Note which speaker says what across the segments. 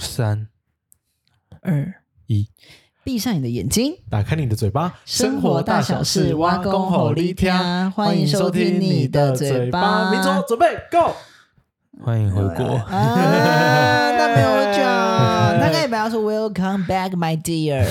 Speaker 1: 三，
Speaker 2: 二
Speaker 1: 一，
Speaker 2: 闭上你的眼睛，
Speaker 1: 打开你的嘴巴，
Speaker 2: 生活大小事，挖工吼力听，欢迎收听你的嘴巴。
Speaker 1: 民众准备 Go，欢迎回国。
Speaker 2: 啊，那没有讲，他可以不 要说 Welcome back, my dear,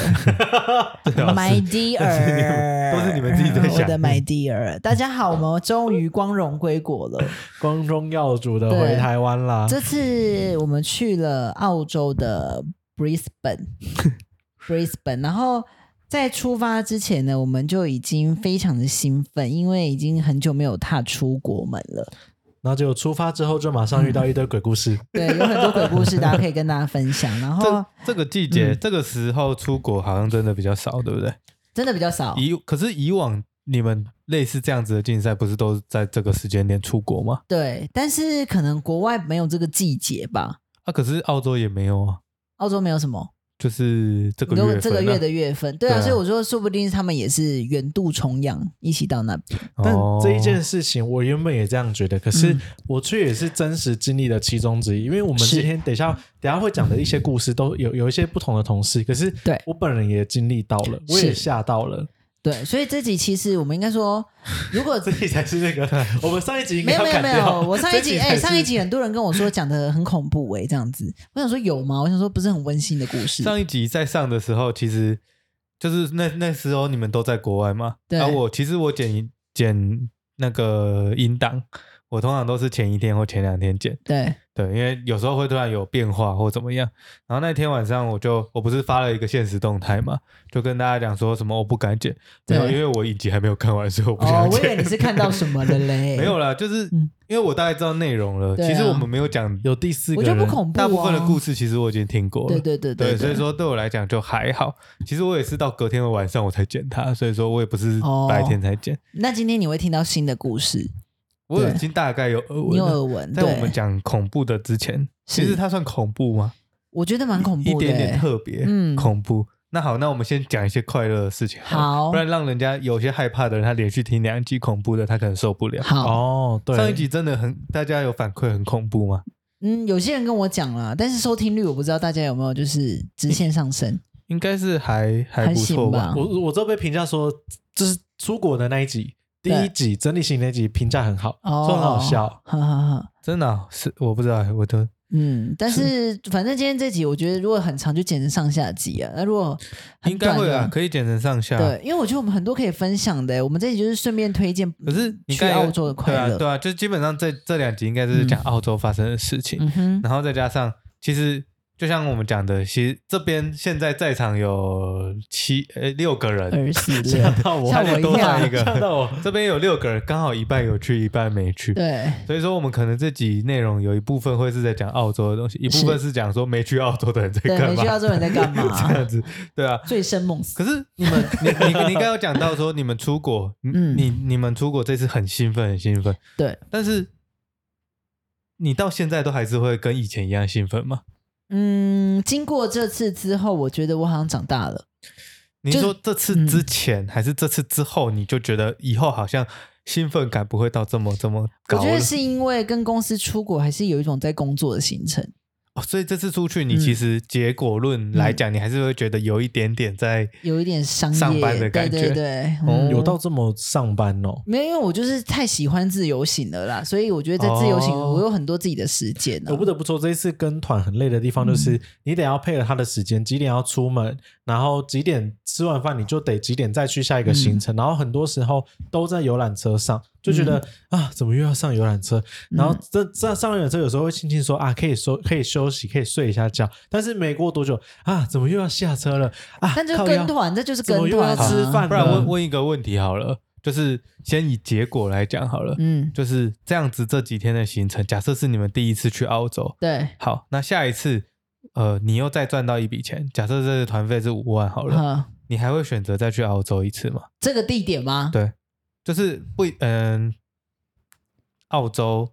Speaker 1: 对啊
Speaker 2: my
Speaker 1: 们
Speaker 2: dear，
Speaker 1: 都是你们自己在想
Speaker 2: 我的 my dear，大家好，我们终于光荣归国了。
Speaker 1: 光宗耀祖的
Speaker 2: 对
Speaker 1: 回台湾啦。
Speaker 2: 这次我们去了澳洲的 Brisbane，Brisbane，然后在出发之前呢，我们就已经非常的兴奋，因为已经很久没有踏出国门了。
Speaker 1: 然后就出发之后，就马上遇到一堆鬼故事。
Speaker 2: 对，有很多鬼故事，大家可以跟大家分享。然后
Speaker 3: 这这个季节、
Speaker 1: 嗯
Speaker 3: 这个时候出国好像真的比较少，对不对？
Speaker 1: 哦
Speaker 2: 真的比较少，
Speaker 3: 以可是以往你们类似这样子的竞赛，不是都是在这个时间点出国吗？
Speaker 2: 对，但是可能国外没有这个季节吧，
Speaker 3: 啊，可是澳洲也没有啊，
Speaker 2: 澳洲没有什么。
Speaker 3: 就是这个
Speaker 2: 你
Speaker 3: 月份、啊、
Speaker 2: 说这个月的月份，对啊，
Speaker 3: 对啊
Speaker 2: 所以我说，说不定他们也是远渡重洋，一起到那边。
Speaker 1: 但
Speaker 3: 哦
Speaker 1: 这一件事情，我原本也这样觉得，可是我却也是真实经历的其中之一。因为我们
Speaker 2: 嗯是
Speaker 1: 今天等一下等一下会讲的一些故事，都有有一些不同的同事，可是
Speaker 2: 对
Speaker 1: 我本人也经历到了，我也
Speaker 2: 是
Speaker 1: 吓到了。
Speaker 2: 对，所以这集其实我们应该说，如 果
Speaker 1: 这里才是那 个，我们上一集应
Speaker 2: 没
Speaker 1: 该
Speaker 2: 有
Speaker 1: 要
Speaker 2: 没有
Speaker 1: 砍
Speaker 2: 没
Speaker 1: 掉
Speaker 2: 有，我上一集哎、
Speaker 1: 这才是
Speaker 2: 上一集很多人跟我说讲的很恐怖哎、这样子，我想说有吗？我想说不是很温馨的故事，
Speaker 3: 上一集在上的时候，其实就是那那时候你们都在国外嘛。
Speaker 2: 对
Speaker 3: 啊我，其实我剪剪那个音档，我通常都是前一天或前两天剪。
Speaker 2: 对
Speaker 3: 对，因为有时候会突然有变化或怎么样。然后那天晚上我就我不是发了一个现实动态嘛，就跟大家讲说什么我不敢剪，没有，
Speaker 2: 对
Speaker 3: 因为我一集还没有看完，所以我 不
Speaker 2: 哦
Speaker 3: 想，
Speaker 2: 我以为
Speaker 3: 剪。
Speaker 2: 你是看到什么了嘞，
Speaker 3: 没有，啦，就是
Speaker 2: 嗯
Speaker 3: 因为我大概知道内容了。
Speaker 2: 对啊
Speaker 3: 其实我们没有讲，
Speaker 1: 有第四个
Speaker 2: 我觉
Speaker 1: 人，
Speaker 2: 得不恐怖、
Speaker 3: 大部分的故
Speaker 2: 事，
Speaker 3: 事其实我已经听过了。
Speaker 2: 对对对
Speaker 3: 对
Speaker 2: 对，
Speaker 3: 所以说对我来讲就还好。其实我也是到隔天的晚上我才剪它，所以说我也不是
Speaker 2: 哦
Speaker 3: 白天才剪，
Speaker 2: 那今天你会听到新的故事，
Speaker 3: 我
Speaker 2: 对
Speaker 3: 已经大概有耳
Speaker 2: 你
Speaker 3: 闻
Speaker 2: 有
Speaker 3: 了。
Speaker 2: 耳闻，
Speaker 3: 在
Speaker 2: 对，
Speaker 3: 我们讲恐怖的之前，其
Speaker 2: 是
Speaker 3: 实它算恐怖吗？
Speaker 2: 我觉得蛮恐
Speaker 3: 一
Speaker 2: 怖的、
Speaker 3: 点点
Speaker 2: 哎
Speaker 3: 特别，
Speaker 2: 嗯
Speaker 3: 恐怖。那好，那我们先讲一些快乐的事情，
Speaker 2: 好
Speaker 3: 不然让人家有些害怕的人，他连续听两集恐怖的，他可能受不了。
Speaker 2: 好，
Speaker 1: 哦，对，
Speaker 3: 上一集真的很，大家有反馈很恐怖吗？
Speaker 2: 嗯，有些人跟我讲了，但是收听率我不知道大家有没有就是直线上升，
Speaker 3: 应该是还还
Speaker 2: 还
Speaker 3: 不错
Speaker 2: 行吧
Speaker 1: 我我之后被评价说，就是出国的那一集，第
Speaker 2: 对
Speaker 1: 一集整理行李那集评价很好，
Speaker 2: 哦，
Speaker 1: 说很 好笑。
Speaker 2: 哈哈哈。
Speaker 3: 真的啊、是我不知道，我都
Speaker 2: 嗯，但是反正今天这集，我觉得如果很长就剪成上下集啊。那如果很
Speaker 3: 应该会
Speaker 2: 短
Speaker 3: 啊，
Speaker 2: 的
Speaker 3: 可以剪成上下。
Speaker 2: 对，因为我觉得我们很多可以分享的。欸我们这集就是顺便推荐，
Speaker 3: 可是你
Speaker 2: 去
Speaker 3: 刚才有
Speaker 2: 澳洲的快乐
Speaker 3: 对啊，对啊，就基本上这这两集应该就是讲澳洲发生的事情，
Speaker 2: 嗯哼，
Speaker 3: 然后再加上其实就像我们讲的，其实这边现在在场有七呃六个人，
Speaker 2: 二四六，
Speaker 1: 吓到我，
Speaker 2: 吓
Speaker 3: 差
Speaker 2: 我
Speaker 3: 点
Speaker 2: 一
Speaker 3: 多
Speaker 2: 跳
Speaker 3: 上一个，
Speaker 1: 吓到我。
Speaker 3: 这边有六个人，刚好一半有去，一半没去。
Speaker 2: 对
Speaker 3: 所以说，我们可能这集内容有一部分会是在讲澳洲的东西，一部分是讲说没去澳洲的人在
Speaker 2: 对，
Speaker 3: 干
Speaker 2: 没
Speaker 3: 嘛，
Speaker 2: 去澳洲人在干
Speaker 3: 这
Speaker 2: 嘛？
Speaker 3: 样子，对啊。
Speaker 2: 醉生梦死。
Speaker 3: 可是你们， 你你你刚刚有讲到说你们出国，
Speaker 2: 嗯
Speaker 3: 嗯，你你们出国这次很兴奋，很兴奋，
Speaker 2: 对，
Speaker 3: 但是你到现在都还是会跟以前一样兴奋吗？
Speaker 2: 嗯，经过这次之后，我觉得我好像长大了。
Speaker 3: 你
Speaker 2: 就是
Speaker 3: 说这次之前、还是这次之后，你就觉得以后好像兴奋感不会到这么这么
Speaker 2: 我
Speaker 3: 高
Speaker 2: 觉
Speaker 3: 了
Speaker 2: 得？是因为跟公司出国，还是有一种在工作的行程。
Speaker 3: 哦，所以这次出去，你
Speaker 2: 嗯
Speaker 3: 其实结果论来讲，你还是会觉得有一点点在
Speaker 2: 有一点商业
Speaker 3: 上班的感
Speaker 2: 对对
Speaker 3: 觉
Speaker 2: 对，嗯
Speaker 3: 哦
Speaker 1: 有到这么上班哦？
Speaker 2: 没有，因为我就是太喜欢自由行了啦，所以我觉得在自由行
Speaker 3: 哦
Speaker 2: 我有很多自己的时间、啊。
Speaker 1: 我不得不说，这一次跟团很累的地方
Speaker 2: 嗯
Speaker 1: 就是，你得要配合他的时间，几点要出门，然后几点吃完饭你就得几点再去下一个行
Speaker 2: 嗯
Speaker 1: 程，然后很多时候都在游览车上，就觉得、
Speaker 2: 嗯
Speaker 1: 啊，怎么又要上游览车？然后这这上游览车有时候会轻轻说啊，可以休可以休息，可以睡一下觉，但是没过多久啊，怎么又要下车了啊？
Speaker 2: 但就
Speaker 1: 靠腰
Speaker 2: 跟团，这就是
Speaker 1: 怎
Speaker 2: 跟
Speaker 1: 么又
Speaker 2: 团、
Speaker 1: 要
Speaker 2: 啊、
Speaker 1: 吃饭了？
Speaker 3: 不然问问一个问题好了，就是先以结果来讲好了，
Speaker 2: 嗯，
Speaker 3: 就是这样子这几天的行程，假设是你们第一次去澳洲，
Speaker 2: 对，
Speaker 3: 好，那下一次呃你又再赚到一笔钱，假设这次团费是五万好了，
Speaker 2: 哈，
Speaker 3: 你还会选择再去澳洲一次吗？
Speaker 2: 嗯这个地点吗？
Speaker 3: 对，就是不嗯、澳洲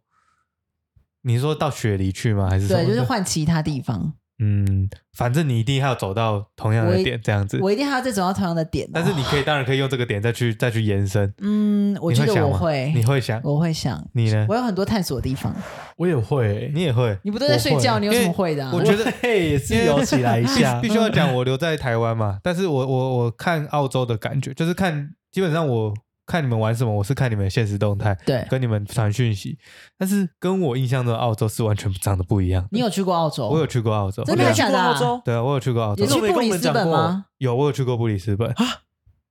Speaker 3: 你说到雪梨去吗？还是什么
Speaker 2: 对，
Speaker 3: 的
Speaker 2: 就是换其他地方，
Speaker 3: 嗯，反正你一定要走到同样
Speaker 2: 我
Speaker 3: 的
Speaker 2: 一
Speaker 3: 点这样子。
Speaker 2: 我一定还要再走到同样的点、哦
Speaker 3: 但是你，可以，当然可以用这个点再去再去延伸。
Speaker 2: 嗯，我
Speaker 3: 你
Speaker 2: 觉
Speaker 3: 会
Speaker 2: 得
Speaker 3: 想
Speaker 2: 我
Speaker 3: 吗
Speaker 2: 会，
Speaker 3: 你会想，
Speaker 2: 我会想，
Speaker 3: 你呢
Speaker 2: 我？有很多探索的地方。
Speaker 1: 我也会，
Speaker 3: 你也会。
Speaker 2: 你不都在睡觉？
Speaker 1: 我会
Speaker 2: 你有什么会的、啊？
Speaker 3: 因为我觉得
Speaker 1: 嘿也是有起来 一下
Speaker 3: 必，须要讲，我留在台湾嘛，但是我 我我看澳洲的感觉，就是看基本上我看你们玩什么，我是看你们的现实动态，
Speaker 2: 对，
Speaker 3: 跟你们传讯息，但是跟我印象中的澳洲是完全长得不一样的。
Speaker 2: 你有去过澳洲？
Speaker 3: 我有去过澳洲，
Speaker 2: 真的
Speaker 3: 我有
Speaker 2: 还假的、啊？
Speaker 1: 我去过澳洲
Speaker 3: 对啊，我有去过澳洲
Speaker 2: 你，去布里斯本吗？
Speaker 3: 有我有去过布里斯本啊，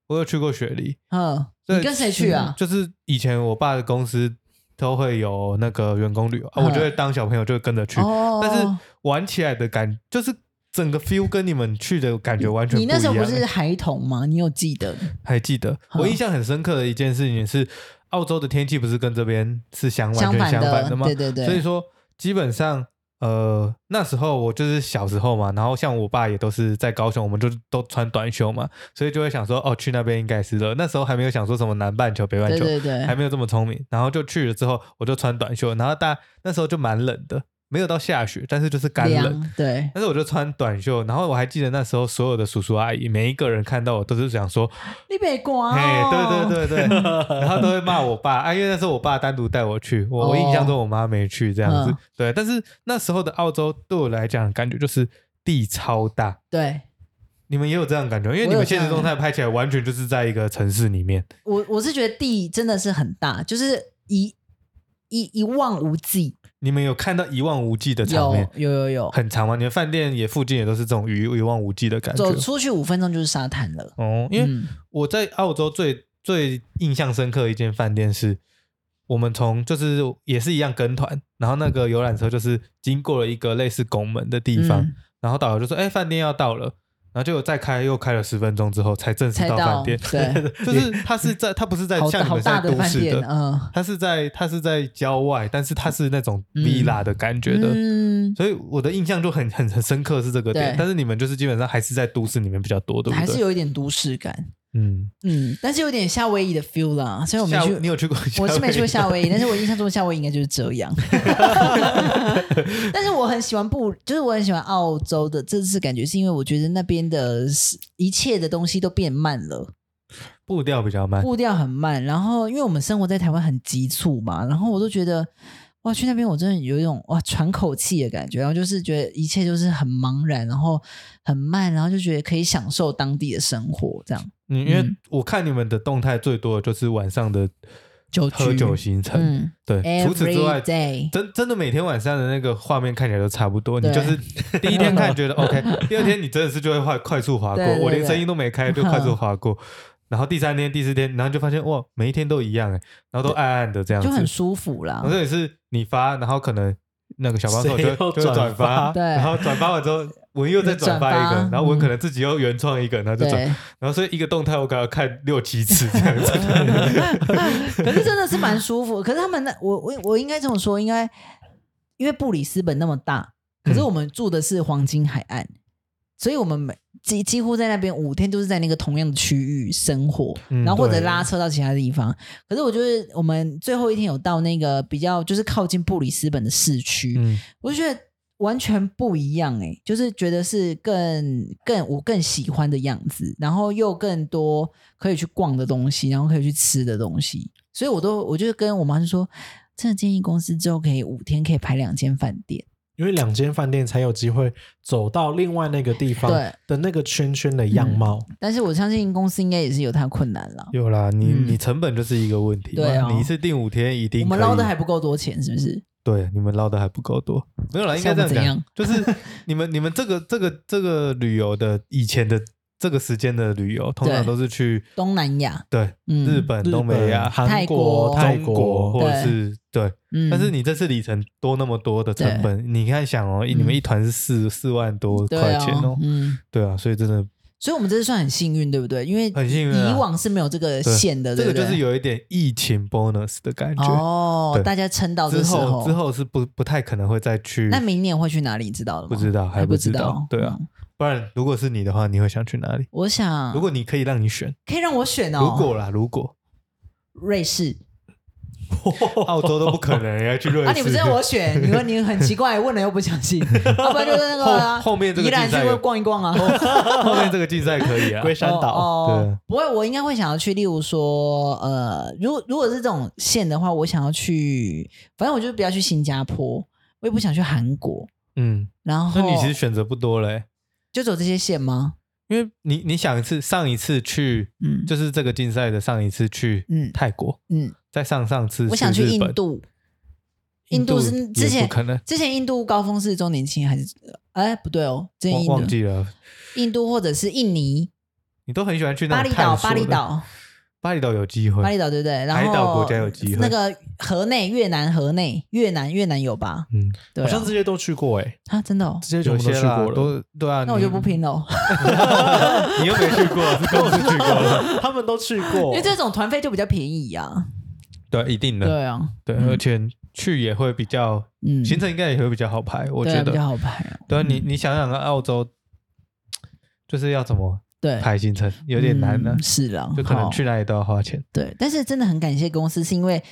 Speaker 3: 我有去过雪梨。
Speaker 2: 嗯，
Speaker 3: 对
Speaker 2: 你跟谁去啊？
Speaker 3: 就是以前我爸的公司都会有那个员工旅游，啊、
Speaker 2: 嗯
Speaker 3: 我就会当小朋友就会跟着去，
Speaker 2: 哦，
Speaker 3: 但是玩起来的感就是整个 feel 跟你们去的感觉完全不一
Speaker 2: 嗯你
Speaker 3: 样、哎
Speaker 2: 那时候不是孩童吗？你有记得？
Speaker 3: 还记得？
Speaker 2: 嗯
Speaker 3: 我印象很深刻的一件事情是，澳洲的天气不是跟这边是相完
Speaker 2: 相
Speaker 3: 全
Speaker 2: 反
Speaker 3: 相反
Speaker 2: 的
Speaker 3: 吗？
Speaker 2: 对对对
Speaker 3: 所以说基本上。呃，那时候我就是小时候嘛，然后像我爸也都是在高雄，我们就都穿短袖嘛，所以就会想说，哦，去那边应该是热。那时候还没有想说什么南半球、北半
Speaker 2: 对
Speaker 3: 球，
Speaker 2: 对对
Speaker 3: 还，没有这么聪明。然后就去了之后，我就穿短袖，然后大那时候就蛮冷的，没有到下雪，但是就是干冷。
Speaker 2: 凉对。
Speaker 3: 但是我就穿短袖，然后我还记得那时候所有的叔叔阿姨，每一个人看到我都是想说，
Speaker 2: 你北国
Speaker 3: 嘿，
Speaker 2: 哦，
Speaker 3: 对对对对，然后都会骂我爸啊，因为那时候我爸单独带我去，我我
Speaker 2: 哦
Speaker 3: 印象中我妈没去这样子
Speaker 2: 嗯。
Speaker 3: 对，但是那时候的澳洲对我来讲，感觉就是地超大。
Speaker 2: 对
Speaker 3: 你们也有这样的感觉，因为
Speaker 2: 我
Speaker 3: 你
Speaker 2: 有
Speaker 3: 们
Speaker 2: 这
Speaker 3: 现
Speaker 2: 样
Speaker 3: 实动态拍起来完全就是在一个城市里面，
Speaker 2: 我我是觉得地真的是很大，就是一一一望无际，
Speaker 3: 你们有看到一望无际的场
Speaker 2: 有
Speaker 3: 面，
Speaker 2: 有有有，
Speaker 3: 很长嘛，你的饭店也附近也都是这种鱼一望无际的感觉
Speaker 2: 走。出去五分钟就是沙滩了。
Speaker 3: 哦，因为
Speaker 2: 嗯
Speaker 3: 我在澳洲最最印象深刻的一间饭店是，我们从就是也是一样跟团，然后那个游览车就是经过了一个类似拱门的地方，
Speaker 2: 嗯
Speaker 3: 然后导游就说：“哎、饭店要到了。”然后结果再开又开了十分钟之后才正式
Speaker 2: 才
Speaker 3: 到
Speaker 2: 到
Speaker 3: 饭店，
Speaker 2: 对，
Speaker 3: 就是它是在它不是在
Speaker 2: 好
Speaker 3: 像你
Speaker 2: 好
Speaker 3: 们在
Speaker 2: 大
Speaker 3: 都
Speaker 2: 饭
Speaker 3: 市
Speaker 2: 店，
Speaker 3: 的，
Speaker 2: 嗯
Speaker 3: 它是在它是在郊外，但是它是那种
Speaker 2: 嗯
Speaker 3: villa 的感觉的，
Speaker 2: 嗯，
Speaker 3: 所以我的印象就很很很深刻是这个点
Speaker 2: 对，
Speaker 3: 但是你们就是基本上还是在都市里面比较多，对不对？
Speaker 2: 还是有一点都市感，
Speaker 3: 嗯，
Speaker 2: 嗯，但是有点夏威夷的 feel 啦。虽然我
Speaker 3: 夏
Speaker 2: 没去，
Speaker 3: 你有去过？
Speaker 2: 我是没去过夏
Speaker 3: 威
Speaker 2: 威夷，但是我印象中的夏威夷应该就是这样。但是我很喜欢布，就是我很喜欢澳洲的这次感觉，是因为我觉得那边的是一切的东西都变慢了，
Speaker 3: 夷步调比较慢，
Speaker 2: 步调很慢。然后因为我们生活在台湾很急促嘛，然后我都觉得。哇，去那边我真的有一种哇喘口气的感觉，然后就是觉得一切就是很茫然，然后很慢，然后就觉得可以享受当地的生活，这样
Speaker 3: 嗯，因为
Speaker 2: 嗯
Speaker 3: 我看你们的动态最多的就是晚上的
Speaker 2: 酒局
Speaker 3: 喝酒行程，
Speaker 2: 嗯
Speaker 3: 对。除此之外
Speaker 2: ，every，day，
Speaker 3: 真真的每天晚上的那个画面看起来都差不多，你就
Speaker 2: 对
Speaker 3: 是第一天看觉得 OK，第二天你真的是就会快快速划过
Speaker 2: 对，对
Speaker 3: 我连
Speaker 2: 对嗯
Speaker 3: 声音都没开就快速划过，然后第三天、第四天，然后就发现哇，每一天都一样哎，然后都暗暗的这样子，
Speaker 2: 就很舒服啦
Speaker 3: 我。这也是你发，然后可能那个小帮手
Speaker 1: 谁
Speaker 3: 就
Speaker 1: 又
Speaker 3: 会就会
Speaker 1: 转
Speaker 3: 转发，
Speaker 2: 对
Speaker 3: 然后转发完之后，文又再转发一
Speaker 2: 转
Speaker 3: 个
Speaker 2: 发，嗯
Speaker 3: 然后文可能自己又原创一个，然后就转，
Speaker 2: 对，
Speaker 3: 然后所以一个动态我可能要看六七次这样子。
Speaker 2: 可是真的是蛮舒服。可是他们那我我我应该这么说，应该因为布里斯本那么大，可是
Speaker 3: 嗯
Speaker 2: 我们住的是黄金海岸，所以我们每几几乎在那边五天都是在那个同样的区域生活，
Speaker 3: 嗯
Speaker 2: 然后或者
Speaker 3: 对
Speaker 2: 拉车到其他地方。可是我就是我们最后一天有到那个比较就是靠近布里斯本的市区，
Speaker 3: 嗯，
Speaker 2: 我就觉得完全不一样哎、就是觉得是更更我更喜欢的样子，然后又更多可以去逛的东西，然后可以去吃的东西，所以我都我就跟我妈就说，真的建议公司之后可以五天可以排两间饭店，
Speaker 1: 因为两间饭店才有机会走到另外那个地方
Speaker 2: 对嗯
Speaker 1: 的那个圈圈的样貌。
Speaker 2: 但是我相信公司应该也是有它困难了。
Speaker 3: 有啦，你
Speaker 2: 嗯
Speaker 3: 你成本就是一个问题嘛，
Speaker 2: 对啊
Speaker 3: 你一次订五天一定
Speaker 2: 我们
Speaker 3: 可
Speaker 2: 捞的
Speaker 3: 以
Speaker 2: 还不够多钱，是不是？
Speaker 3: 对，你们捞的还不够多，没有啦，应该
Speaker 2: 像
Speaker 3: 这样
Speaker 2: 我
Speaker 3: 讲，
Speaker 2: 样
Speaker 3: 就是你们你们这个这个这个旅游的以前的这个时间的旅游，通常
Speaker 2: 对
Speaker 3: 都是去
Speaker 2: 东南亚，
Speaker 3: 对
Speaker 2: 嗯，
Speaker 3: 日，本、
Speaker 1: 日
Speaker 3: 东北
Speaker 1: 本
Speaker 3: 亚、
Speaker 1: 韩国、
Speaker 2: 泰国
Speaker 1: 泰
Speaker 3: 中啊国或者
Speaker 2: 对
Speaker 3: 是对。
Speaker 2: 嗯
Speaker 3: 但是你这次里程多那么多的成本，你看想哦，
Speaker 2: 嗯
Speaker 3: 你们一团是四四万多
Speaker 2: 对
Speaker 3: 块钱
Speaker 2: 哦
Speaker 3: 哦，，
Speaker 2: 嗯，
Speaker 3: 对啊，所以真的
Speaker 2: 所以我们这次算很幸运，对不对？因为
Speaker 3: 很幸运啊
Speaker 2: 以往是没有这个
Speaker 3: 对
Speaker 2: 线的，
Speaker 3: 这
Speaker 2: 对
Speaker 3: 个
Speaker 2: 不对
Speaker 3: 就是有一点疫情 bonus 的感觉。
Speaker 2: 哦，
Speaker 3: 对
Speaker 2: 大家撑到这
Speaker 3: 之
Speaker 2: 时
Speaker 3: 后
Speaker 2: 候
Speaker 3: 之后是不不太可能会再去
Speaker 2: 那，明年会去哪里？知道了吗？
Speaker 3: 不知道还
Speaker 2: 还
Speaker 3: 不
Speaker 2: 知
Speaker 3: 知道对啊
Speaker 2: 嗯
Speaker 3: 不然如果是你的话，你会想去哪里？
Speaker 2: 我想
Speaker 3: 如果你可以让你选，
Speaker 2: 可以让我选哦，
Speaker 3: 如果啦，如果
Speaker 2: 瑞士
Speaker 3: 澳洲都不可能要去瑞士。
Speaker 2: 哦啊，你不是让 我选？你问你很奇怪，问了又不相信，要不然就是那个啊
Speaker 3: 后后面这个
Speaker 2: 宜兰
Speaker 3: 竞赛
Speaker 2: 去
Speaker 3: 有
Speaker 2: 逛一逛啊。
Speaker 3: 后面这个竞赛可以 啊
Speaker 1: 龟，山岛，
Speaker 2: 哦
Speaker 3: 对
Speaker 2: 哦，不会，我应该会想要去，例如说，呃，如果如果是这种线的话，我想要去，反正我就是不要去新加坡，我也不想去韩国，
Speaker 3: 嗯，
Speaker 2: 然后
Speaker 3: 那你其实选择不多嘞、
Speaker 2: 就走这些线吗？
Speaker 3: 因为你你想一次，上一次去
Speaker 2: 嗯，
Speaker 3: 就是这个竞赛的上一次去
Speaker 2: 嗯
Speaker 3: 泰国，
Speaker 2: 嗯，
Speaker 3: 再上上次
Speaker 2: 我想
Speaker 3: 是
Speaker 2: 去
Speaker 3: 日
Speaker 2: 印
Speaker 3: 本，
Speaker 2: 度，印度是之
Speaker 3: 也
Speaker 2: 前
Speaker 3: 不可能，
Speaker 2: 之前印度高峰是周年庆还是？哎，不对哦，之前
Speaker 3: 忘
Speaker 2: 印
Speaker 3: 忘
Speaker 2: 度
Speaker 3: 记了，
Speaker 2: 印度或者是印尼
Speaker 3: 你都很喜欢去那
Speaker 2: 巴
Speaker 3: 种
Speaker 2: 厘岛，
Speaker 3: 探索
Speaker 2: 巴厘
Speaker 3: 的
Speaker 2: 岛，
Speaker 3: 巴厘岛有机
Speaker 2: 巴
Speaker 3: 会
Speaker 2: 厘，岛对不对？然
Speaker 3: 海
Speaker 2: 后
Speaker 3: 岛国家有机会
Speaker 2: 那个河内越南河内越南越南有吧？
Speaker 3: 嗯，
Speaker 2: 对
Speaker 1: 好
Speaker 2: 啊，
Speaker 1: 像这些都去过哎，
Speaker 2: 啊真的哦，
Speaker 1: 这些
Speaker 3: 有
Speaker 1: 全部
Speaker 3: 些
Speaker 1: 都去
Speaker 3: 啦
Speaker 1: 过，了。
Speaker 3: 都对啊，
Speaker 2: 那我就
Speaker 3: 你
Speaker 2: 不，拼了哦，
Speaker 3: 你又没去过，是公司去过 了，
Speaker 1: 他们都去
Speaker 2: 因
Speaker 1: 过
Speaker 2: 为，这种团费就比较便宜啊。
Speaker 3: 对，一定的，
Speaker 2: 对啊，
Speaker 3: 对，
Speaker 2: 嗯
Speaker 3: 而且去也会比较
Speaker 2: 嗯，
Speaker 3: 行程应该也会比较好排，我
Speaker 2: 对啊
Speaker 3: 觉
Speaker 2: 比较
Speaker 3: 得，
Speaker 2: 好排啊。
Speaker 3: 对啊，你你想想看，澳洲就是要怎么
Speaker 2: 对，
Speaker 3: 排行程，有点难呢
Speaker 2: 嗯，是啦，
Speaker 3: 就可能
Speaker 2: 好
Speaker 3: 去哪里都要花钱，
Speaker 2: 对，但是真的很感谢公司，是因为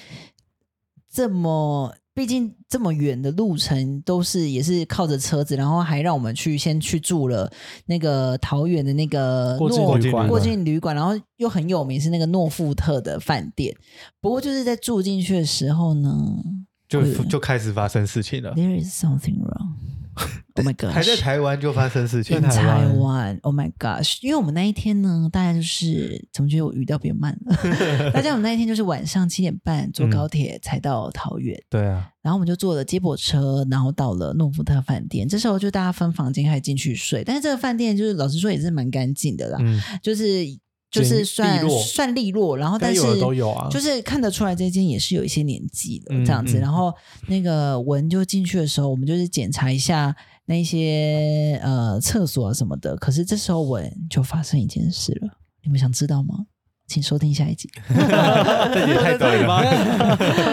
Speaker 2: 这么。毕竟这么远的路程都是也是靠着车子，然后还让我们去先去住了那个桃园的那个
Speaker 1: 过境
Speaker 2: 诺
Speaker 1: 旅馆
Speaker 2: 过境旅馆，然后又很有名是那个诺富特的饭店。不过就是在住进去的时候 呢
Speaker 3: 就
Speaker 2: 对
Speaker 3: 就开始发生事情了。
Speaker 2: ，there is something wrong。Oh my god！
Speaker 3: 还在台湾就发生事情，
Speaker 2: in 嗯 Taiwan，Oh my gosh！因为我们那一天呢，大家就是怎么觉得我语调变慢了？ 大家我们那一天就是晚上七点半
Speaker 1: 嗯
Speaker 2: 坐高铁才到桃园，
Speaker 3: 对啊，
Speaker 2: 然后我们就坐了接驳车，然后到了诺富特饭店。这时候就大家分房间还进去睡，但是这个饭店就是老实说也是蛮干净的啦，
Speaker 3: 嗯，
Speaker 2: 就是就是算
Speaker 1: 利落
Speaker 2: 算利落，然后
Speaker 1: 该
Speaker 2: 但是
Speaker 1: 有的都有啊，
Speaker 2: 就是看得出来这间也是有一些年纪了
Speaker 3: 嗯
Speaker 2: 这样
Speaker 3: 嗯
Speaker 2: 子。然后那个文就进去的时候，我们就是检查一下那些呃厕所啊什么的。可是这时候文就发生一件事了，你们想知道吗？请收听下 一集。
Speaker 3: 这也太短了吧，
Speaker 2: 来，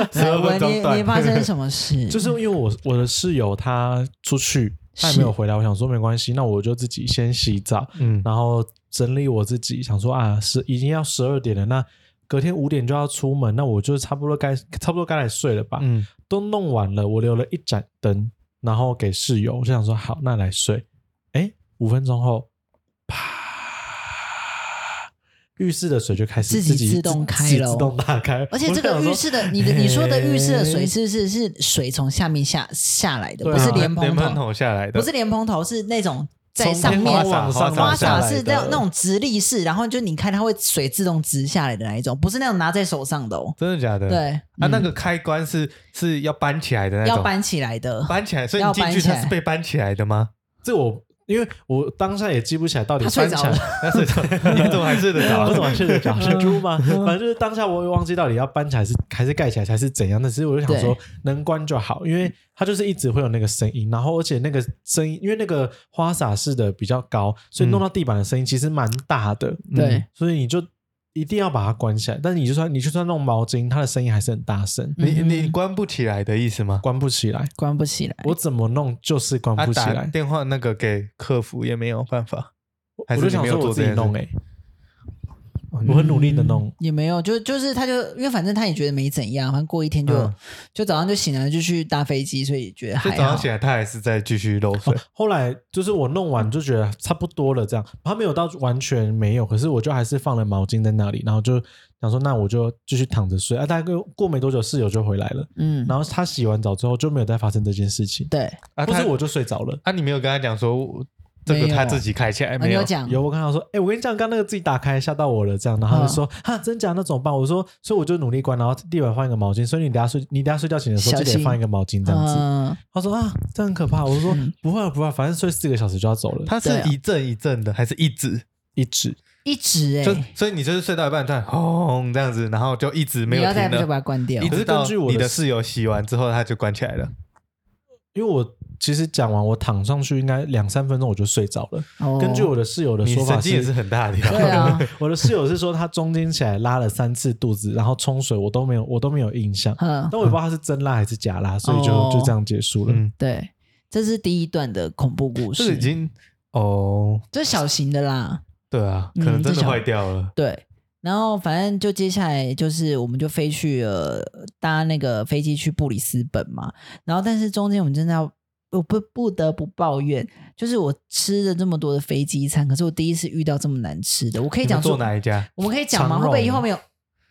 Speaker 3: 12分
Speaker 2: 文，
Speaker 3: 钟
Speaker 2: 你
Speaker 3: 段
Speaker 2: 你发生什么事？
Speaker 1: 就是因为我我的室友他出去，他也
Speaker 2: 是
Speaker 1: 没有回来，我想说没关系，那我就自己先洗澡，
Speaker 3: 嗯，
Speaker 1: 然后整理我自己，想说啊，是已经要十二点了，那隔天五点就要出门，那我就差不多该差不多该来睡了
Speaker 2: 啊
Speaker 1: 吧，
Speaker 3: 嗯，
Speaker 1: 都弄完了，我留了一盏灯，然后给室友，我就想说好，那来睡，哎，五分钟后，啪，浴室的水就开始
Speaker 2: 自己
Speaker 1: 己自
Speaker 2: 自动开
Speaker 1: 自己
Speaker 2: 了哦
Speaker 1: 自动打开，
Speaker 2: 而且这个
Speaker 1: 我就想说
Speaker 2: 浴室的，你的你说的浴室的水
Speaker 1: 嘿
Speaker 2: 是是是水从下面下下来的，
Speaker 1: 对啊
Speaker 2: 不是
Speaker 3: 莲
Speaker 2: 莲蓬
Speaker 3: 蓬
Speaker 2: 头，
Speaker 3: 头下来的，
Speaker 2: 不是莲蓬头，是那种在
Speaker 1: 从
Speaker 2: 上
Speaker 1: 天
Speaker 2: 面
Speaker 1: 花往上
Speaker 2: 花洒
Speaker 1: 下来
Speaker 2: 是
Speaker 1: 的
Speaker 2: 那种那种直立式，然后就你看它会水自动直下来的那一种，不是那种拿在手上的哦。
Speaker 3: 真的假的？
Speaker 2: 对，
Speaker 3: 啊，
Speaker 2: 嗯
Speaker 3: 那个开关是是要搬起来的那种，
Speaker 2: 要搬起来的，
Speaker 3: 搬起来，所以
Speaker 2: 要
Speaker 3: 你进
Speaker 2: 搬
Speaker 3: 去
Speaker 2: 起
Speaker 3: 它
Speaker 2: 来
Speaker 3: 是被搬起来的吗？
Speaker 1: 这我因为我当下也记不起来到底
Speaker 2: 他睡
Speaker 1: 搬
Speaker 2: 着
Speaker 1: 起来
Speaker 2: 了，
Speaker 3: 那是 你怎么还睡得着？嗯
Speaker 2: 啊
Speaker 1: 我怎么睡得着？是猪吗？反正就是当下我也忘记到底要搬起来是还是盖起来才是怎样的。只是我就想说
Speaker 2: 对
Speaker 1: 能关就好，因为它就是一直会有那个声音，然后而且那个声音，因为那个花洒式的比较高，所以弄到地板的声音其实蛮大的。
Speaker 2: 嗯
Speaker 1: 嗯
Speaker 2: 对
Speaker 1: 所以你就一定要把它关起来。但是你就算你就算弄毛巾，它的声音还是很大声，
Speaker 3: 你
Speaker 2: 嗯哎
Speaker 3: 你关不起来的意思吗？
Speaker 1: 关不起来。
Speaker 2: 关不起来。
Speaker 1: 我怎么弄就是关
Speaker 3: 啊，
Speaker 1: 不起
Speaker 3: 打
Speaker 1: 来。
Speaker 3: 电话那个给客服也没有办法，还是
Speaker 1: 我就
Speaker 3: 你
Speaker 1: 想
Speaker 3: 没
Speaker 1: 说
Speaker 3: 有
Speaker 1: 我
Speaker 3: 做
Speaker 1: 自
Speaker 3: 这件
Speaker 1: 己弄
Speaker 3: 事
Speaker 1: 哎、我很努力的弄
Speaker 2: 嗯，也没有，就就是他就因为反正他也觉得没怎样，反正过一天就、
Speaker 3: 嗯
Speaker 2: 就早上就醒来就去搭飞机，所以觉得
Speaker 3: 所
Speaker 2: 还
Speaker 3: 以早上
Speaker 2: 好
Speaker 3: 起。来他还是在继续漏
Speaker 2: 哦
Speaker 3: 水，
Speaker 1: 后来就是我弄完就觉得差不多了，这样他没有到完全没有，可是我就还是放了毛巾在那里，然后就想说那我就继续躺着睡啊。大概过没多久室友就回来了，
Speaker 2: 嗯，
Speaker 1: 然后他洗完澡之后就没有再发生这件事情，
Speaker 2: 对，
Speaker 3: 啊，
Speaker 1: 不
Speaker 3: 他
Speaker 1: 是我就睡着了。
Speaker 3: 啊，你没有跟他讲说我这个
Speaker 2: 没有
Speaker 3: 他自己开起来
Speaker 2: 啊、你
Speaker 3: 没有？
Speaker 2: 讲
Speaker 1: 有我跟他说，哎、我跟你讲，刚刚那个自己打开吓到我了，这样，然后他就说，哈、真假那怎么办？我说，所以我就努力关，然后地板放一个毛巾，所以你等下睡，你等下睡觉前的时候
Speaker 2: 小
Speaker 1: 记得
Speaker 2: 心
Speaker 1: 放一个毛巾这样子。
Speaker 2: 嗯
Speaker 1: 他说啊，这很可怕。我说、
Speaker 2: 嗯
Speaker 1: 不会啊不会啊，反正睡四个小时就要走了。
Speaker 3: 他是
Speaker 2: 对啊
Speaker 3: 一阵一阵的，还是一直？
Speaker 1: 一直
Speaker 2: 一直哎、
Speaker 3: 就所以你就是睡到一半突然轰这样子，然后就一直没
Speaker 2: 你
Speaker 3: 有
Speaker 2: 要再
Speaker 3: 停
Speaker 2: 再
Speaker 3: 的，
Speaker 2: 把它关掉
Speaker 3: 一。
Speaker 1: 可
Speaker 3: 直
Speaker 1: 是根
Speaker 3: 到
Speaker 1: 据我的
Speaker 3: 你的室友洗完之后他就关起来了。
Speaker 1: 因为我其实讲完，我躺上去应该两三分钟我就睡着了。
Speaker 2: 哦
Speaker 1: 根据我的室友的
Speaker 3: 你
Speaker 1: 说
Speaker 3: 神
Speaker 1: 法
Speaker 3: 经也是很大的呀，
Speaker 2: 对啊，
Speaker 1: 我的室友是说他中间起来拉了三次肚子，然后冲水，我都没有，我都没有印象。
Speaker 2: 嗯
Speaker 1: 但，我也不知道他是真拉还是假拉，所以就、
Speaker 2: 哦
Speaker 1: 就这样结束了。
Speaker 3: 嗯，
Speaker 2: 对，这是第一段的恐怖故
Speaker 3: 这个已
Speaker 2: 事，
Speaker 3: 经哦，
Speaker 2: 这是小型的啦。
Speaker 3: 对啊，
Speaker 2: 嗯
Speaker 3: 可能真
Speaker 2: 这
Speaker 3: 的
Speaker 2: 小
Speaker 3: 坏掉了。
Speaker 2: 对，然后反正就接下来就是我们就飞去呃搭那个飞机去布里斯本嘛，然后但是中间我们真的要。我不不得不抱怨，就是我吃了这么多的飞机餐，可是我第一次遇到这么难吃的。我可以
Speaker 3: 你
Speaker 2: 讲
Speaker 3: 们
Speaker 2: 说
Speaker 3: 做哪一 家？
Speaker 2: 我们可以讲吗？
Speaker 1: 长
Speaker 2: 会
Speaker 1: 荣
Speaker 2: 不会以后没有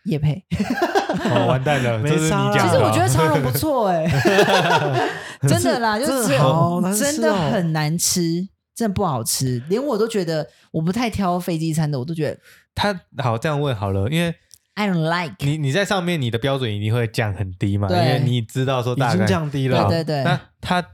Speaker 2: 叶配？
Speaker 3: 哦，完蛋了，
Speaker 1: 没
Speaker 3: 这是你
Speaker 1: 差啊啦
Speaker 3: 讲的哦。
Speaker 2: 其实我觉得长荣不错哎、真的啦，就
Speaker 1: 这
Speaker 2: 是
Speaker 1: 好难吃哦
Speaker 2: 真的很难吃，真的不好吃，连我都觉得我不太挑飞机餐的，我都觉得
Speaker 3: 他好这样问好了，因为
Speaker 2: I don't like。
Speaker 3: 你你在上面你的标准一定会降很低嘛，因
Speaker 2: 对
Speaker 3: 为你知道说
Speaker 1: 已
Speaker 3: 大
Speaker 1: 经
Speaker 3: 概
Speaker 1: 降低
Speaker 2: 对
Speaker 1: 了。
Speaker 2: 对对，
Speaker 3: 那他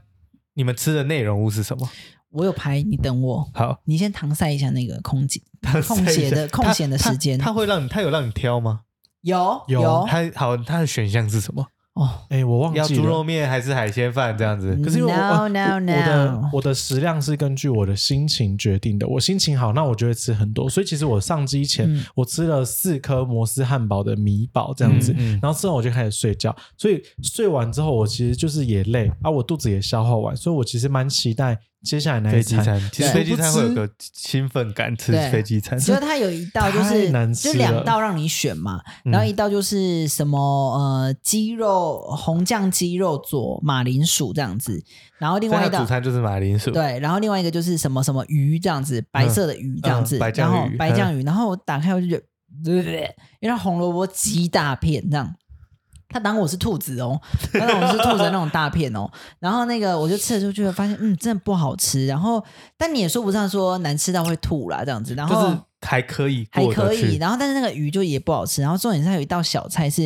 Speaker 3: 你们吃的内容物是什么？
Speaker 2: 我有排，你等我，
Speaker 3: 好，
Speaker 2: 你先搪塞一下那个空姐
Speaker 3: 他
Speaker 2: 空姐的
Speaker 3: 他
Speaker 2: 空闲的
Speaker 3: 他
Speaker 2: 时间
Speaker 3: 他会让你他有让你挑吗？
Speaker 2: 有
Speaker 1: 有
Speaker 3: 啊他好，他的选项是什么？
Speaker 2: 哦，
Speaker 1: 哎，我忘
Speaker 3: 要
Speaker 1: 记
Speaker 3: 猪
Speaker 1: 了。
Speaker 3: 肉面还是海鲜饭这样子？
Speaker 2: 嗯
Speaker 1: 可是因为我
Speaker 2: No,
Speaker 1: 我
Speaker 2: no,
Speaker 1: 我的
Speaker 2: no
Speaker 1: 我的食量是根据我的心情决定的。我心情好，那我就会吃很多。所以其实我上机前，
Speaker 2: 嗯
Speaker 1: 我吃了四颗摩斯汉堡的米堡这样子，
Speaker 3: 嗯嗯
Speaker 1: 然后吃完我就开始睡觉。所以睡完之后，我其实就是也累啊，我肚子也消化完，所以我其实蛮期待接下来那一
Speaker 3: 飞机
Speaker 1: 餐。
Speaker 3: 餐，其实
Speaker 2: 对
Speaker 3: 飞机餐会有个兴奋感，吃
Speaker 2: 对
Speaker 3: 飞机餐。
Speaker 2: 所以它有一道就
Speaker 1: 太难
Speaker 2: 是
Speaker 1: 吃
Speaker 2: 就
Speaker 1: 了嗯
Speaker 2: 两道让你选嘛，然后一道就是什么呃鸡肉红酱鸡肉佐马铃薯这样子，然后另
Speaker 3: 所以他
Speaker 2: 外一道
Speaker 3: 主餐就是马铃薯，
Speaker 2: 对，然后另外一个就是什么什么鱼这样子，白色的鱼这样子，
Speaker 3: 嗯白酱
Speaker 2: 然后
Speaker 3: 鱼
Speaker 2: 白酱鱼，然后我打开我就觉得，因为它红萝卜极大片这样。他当我是兔子哦，他当我是兔子的那种大片哦，然后那个我就吃了之后就会发现，嗯，真的不好吃。然后，但你也说不上说难吃到会吐啦这样子，然
Speaker 3: 就
Speaker 2: 后
Speaker 3: 是还可以，
Speaker 2: 还
Speaker 3: 过得
Speaker 2: 可以。
Speaker 3: 去。
Speaker 2: 然后但是那个鱼就也不好吃。然后重点是它有一道小菜是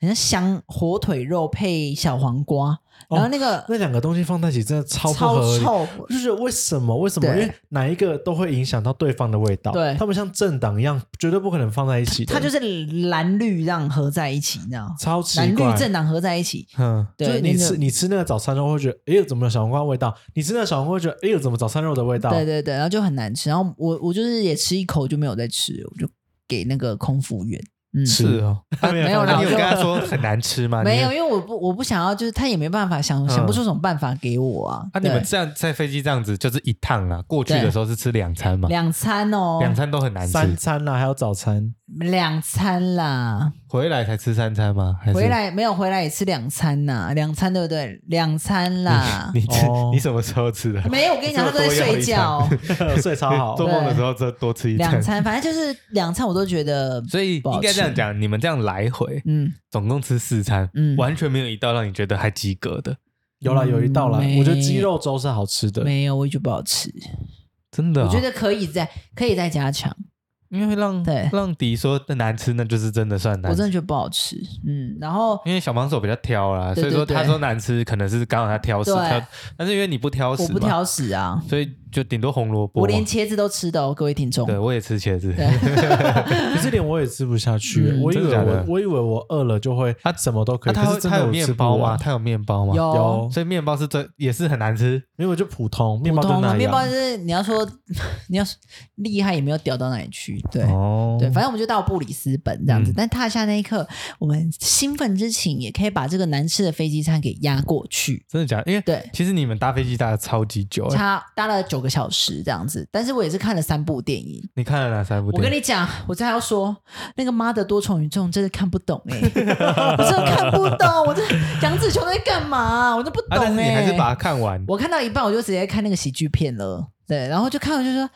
Speaker 2: 很像香火腿肉配小黄瓜，然
Speaker 3: 哦
Speaker 2: 后那个、
Speaker 1: 那两个东西放在一起真的超不
Speaker 2: 超
Speaker 1: 合理。
Speaker 2: 臭，
Speaker 1: 我就觉得为什么？为什么？因
Speaker 2: 对
Speaker 1: 为哪一个都会影响到对方的味道。
Speaker 2: 对
Speaker 1: 他们像政党一样，绝对不可能放在一起的。
Speaker 2: 它就是蓝绿让合在一起，你知道吗？
Speaker 1: 超奇
Speaker 2: 蓝绿
Speaker 1: 怪。
Speaker 2: 政党合在一起，
Speaker 3: 嗯，
Speaker 1: 就
Speaker 2: 对，
Speaker 1: 是你
Speaker 2: 那
Speaker 1: 吃
Speaker 2: 个
Speaker 1: 你吃那个早餐肉会觉得，哎呦，怎么有小黄瓜的味道？你吃那个小黄瓜会觉得，哎呦，怎么早餐肉的味道？
Speaker 2: 对对对，然后就很难吃。然后我我就是也吃一口就没有再吃，我就给那个空服员。嗯，
Speaker 3: 是哦。
Speaker 1: 没有
Speaker 2: 没有
Speaker 1: 看
Speaker 2: 啦
Speaker 1: 到
Speaker 3: 那你
Speaker 2: 我
Speaker 3: 有
Speaker 2: 就
Speaker 3: 跟他说很难吃 吗？
Speaker 2: 没
Speaker 3: 你
Speaker 2: 有，因为我不我不想要，就是他也没办法想想不出什么办法给我啊。
Speaker 3: 嗯啊，你
Speaker 2: 对
Speaker 3: 们这样在飞机这样子就是一趟啊，过去的时候是吃两餐嘛，
Speaker 2: 两餐哦，
Speaker 3: 两餐都很难
Speaker 1: 三
Speaker 3: 吃，
Speaker 1: 餐啊啦，还有 早餐，
Speaker 2: 两餐啦，
Speaker 3: 回来才吃三餐吗？还是
Speaker 2: 回来没有回来也吃两餐呐，两餐对不对？两餐啦
Speaker 3: 你，吃
Speaker 1: 哦
Speaker 3: 你什么时候吃的？
Speaker 2: 没有，我跟你讲，他都在 睡觉。
Speaker 1: 睡超好。
Speaker 3: 做梦的时候再多吃一
Speaker 2: 两
Speaker 3: 餐。
Speaker 2: 餐，反正就是两餐，我都觉得，
Speaker 3: 所以应该这样讲，你们这样来回
Speaker 2: 嗯，
Speaker 3: 总共吃四餐，
Speaker 2: 嗯
Speaker 3: 完全没有一道让你觉得还及格的，
Speaker 1: 有啦，有一道
Speaker 2: 嗯
Speaker 1: 啦，
Speaker 2: 没
Speaker 1: 我觉得鸡肉粥是好吃的。
Speaker 2: 没有，我也觉得不好吃。
Speaker 3: 真的哦。
Speaker 2: 我觉得可以再可以再加强，
Speaker 3: 因为会让
Speaker 2: 对
Speaker 3: 让迪说难吃，那就是真的算
Speaker 2: 我
Speaker 3: 难
Speaker 2: 真
Speaker 3: 吃。
Speaker 2: 的觉得不好吃。嗯，然后
Speaker 3: 因为小帮手比较挑啦，
Speaker 2: 对
Speaker 3: 所
Speaker 2: 对
Speaker 3: 以说他
Speaker 2: 对
Speaker 3: 说难吃，可能是刚好他挑食，
Speaker 2: 对
Speaker 3: 挑但是因为你不挑食
Speaker 2: 我
Speaker 3: 嘛，
Speaker 2: 不挑食啊，
Speaker 3: 所以就顶多红萝卜嘛。
Speaker 2: 我连茄子都吃的哦，各位听众。
Speaker 3: 对我也吃茄 子，
Speaker 2: 对，
Speaker 1: 可是连我也吃不下去，欸
Speaker 2: 嗯
Speaker 1: 我以
Speaker 3: 真
Speaker 1: 为
Speaker 3: 的假的
Speaker 1: 我我以为我饿了就会，
Speaker 3: 啊
Speaker 1: 什么都可
Speaker 3: 那他
Speaker 1: 以。可
Speaker 3: 会
Speaker 1: 是真
Speaker 3: 他
Speaker 1: 的
Speaker 3: 有
Speaker 1: 我
Speaker 3: 面
Speaker 1: 吃
Speaker 3: 包
Speaker 1: 不
Speaker 3: 吗？
Speaker 1: 完，
Speaker 3: 他有面包吗？，
Speaker 2: 有
Speaker 1: 有
Speaker 3: 所以面包是这也是很难吃。
Speaker 1: 因为我就普通面
Speaker 2: 普
Speaker 1: 包就
Speaker 2: 通的
Speaker 1: 那
Speaker 3: 啊
Speaker 1: 样。
Speaker 2: 面 包就是你要说 你要厉害也没有屌到哪里去，对。
Speaker 3: 哦
Speaker 2: 对，反正我们就到布里斯本这样子，
Speaker 3: 嗯
Speaker 2: 但踏下那一刻，我们兴奋之情也可以把这个难吃的飞机餐给压过去。
Speaker 3: 真的假的？因为
Speaker 2: 对
Speaker 3: 其实你们搭飞机搭的超级久，欸
Speaker 2: 差搭了九个小时这样子，但是我也是看了三部电影，
Speaker 3: 你看了哪三部
Speaker 2: 我跟
Speaker 3: 电影？
Speaker 2: 你讲，我真的要说，那个妈的多重宇宙真的看不懂 哎、我真的看不懂，我这杨紫琼在干嘛、我都不
Speaker 3: 啊，
Speaker 2: 懂
Speaker 3: 但是
Speaker 2: 哎、
Speaker 3: 你还是把它看完。
Speaker 2: 我看到一半我就直接看那个喜剧片了，对，然后就看完就说，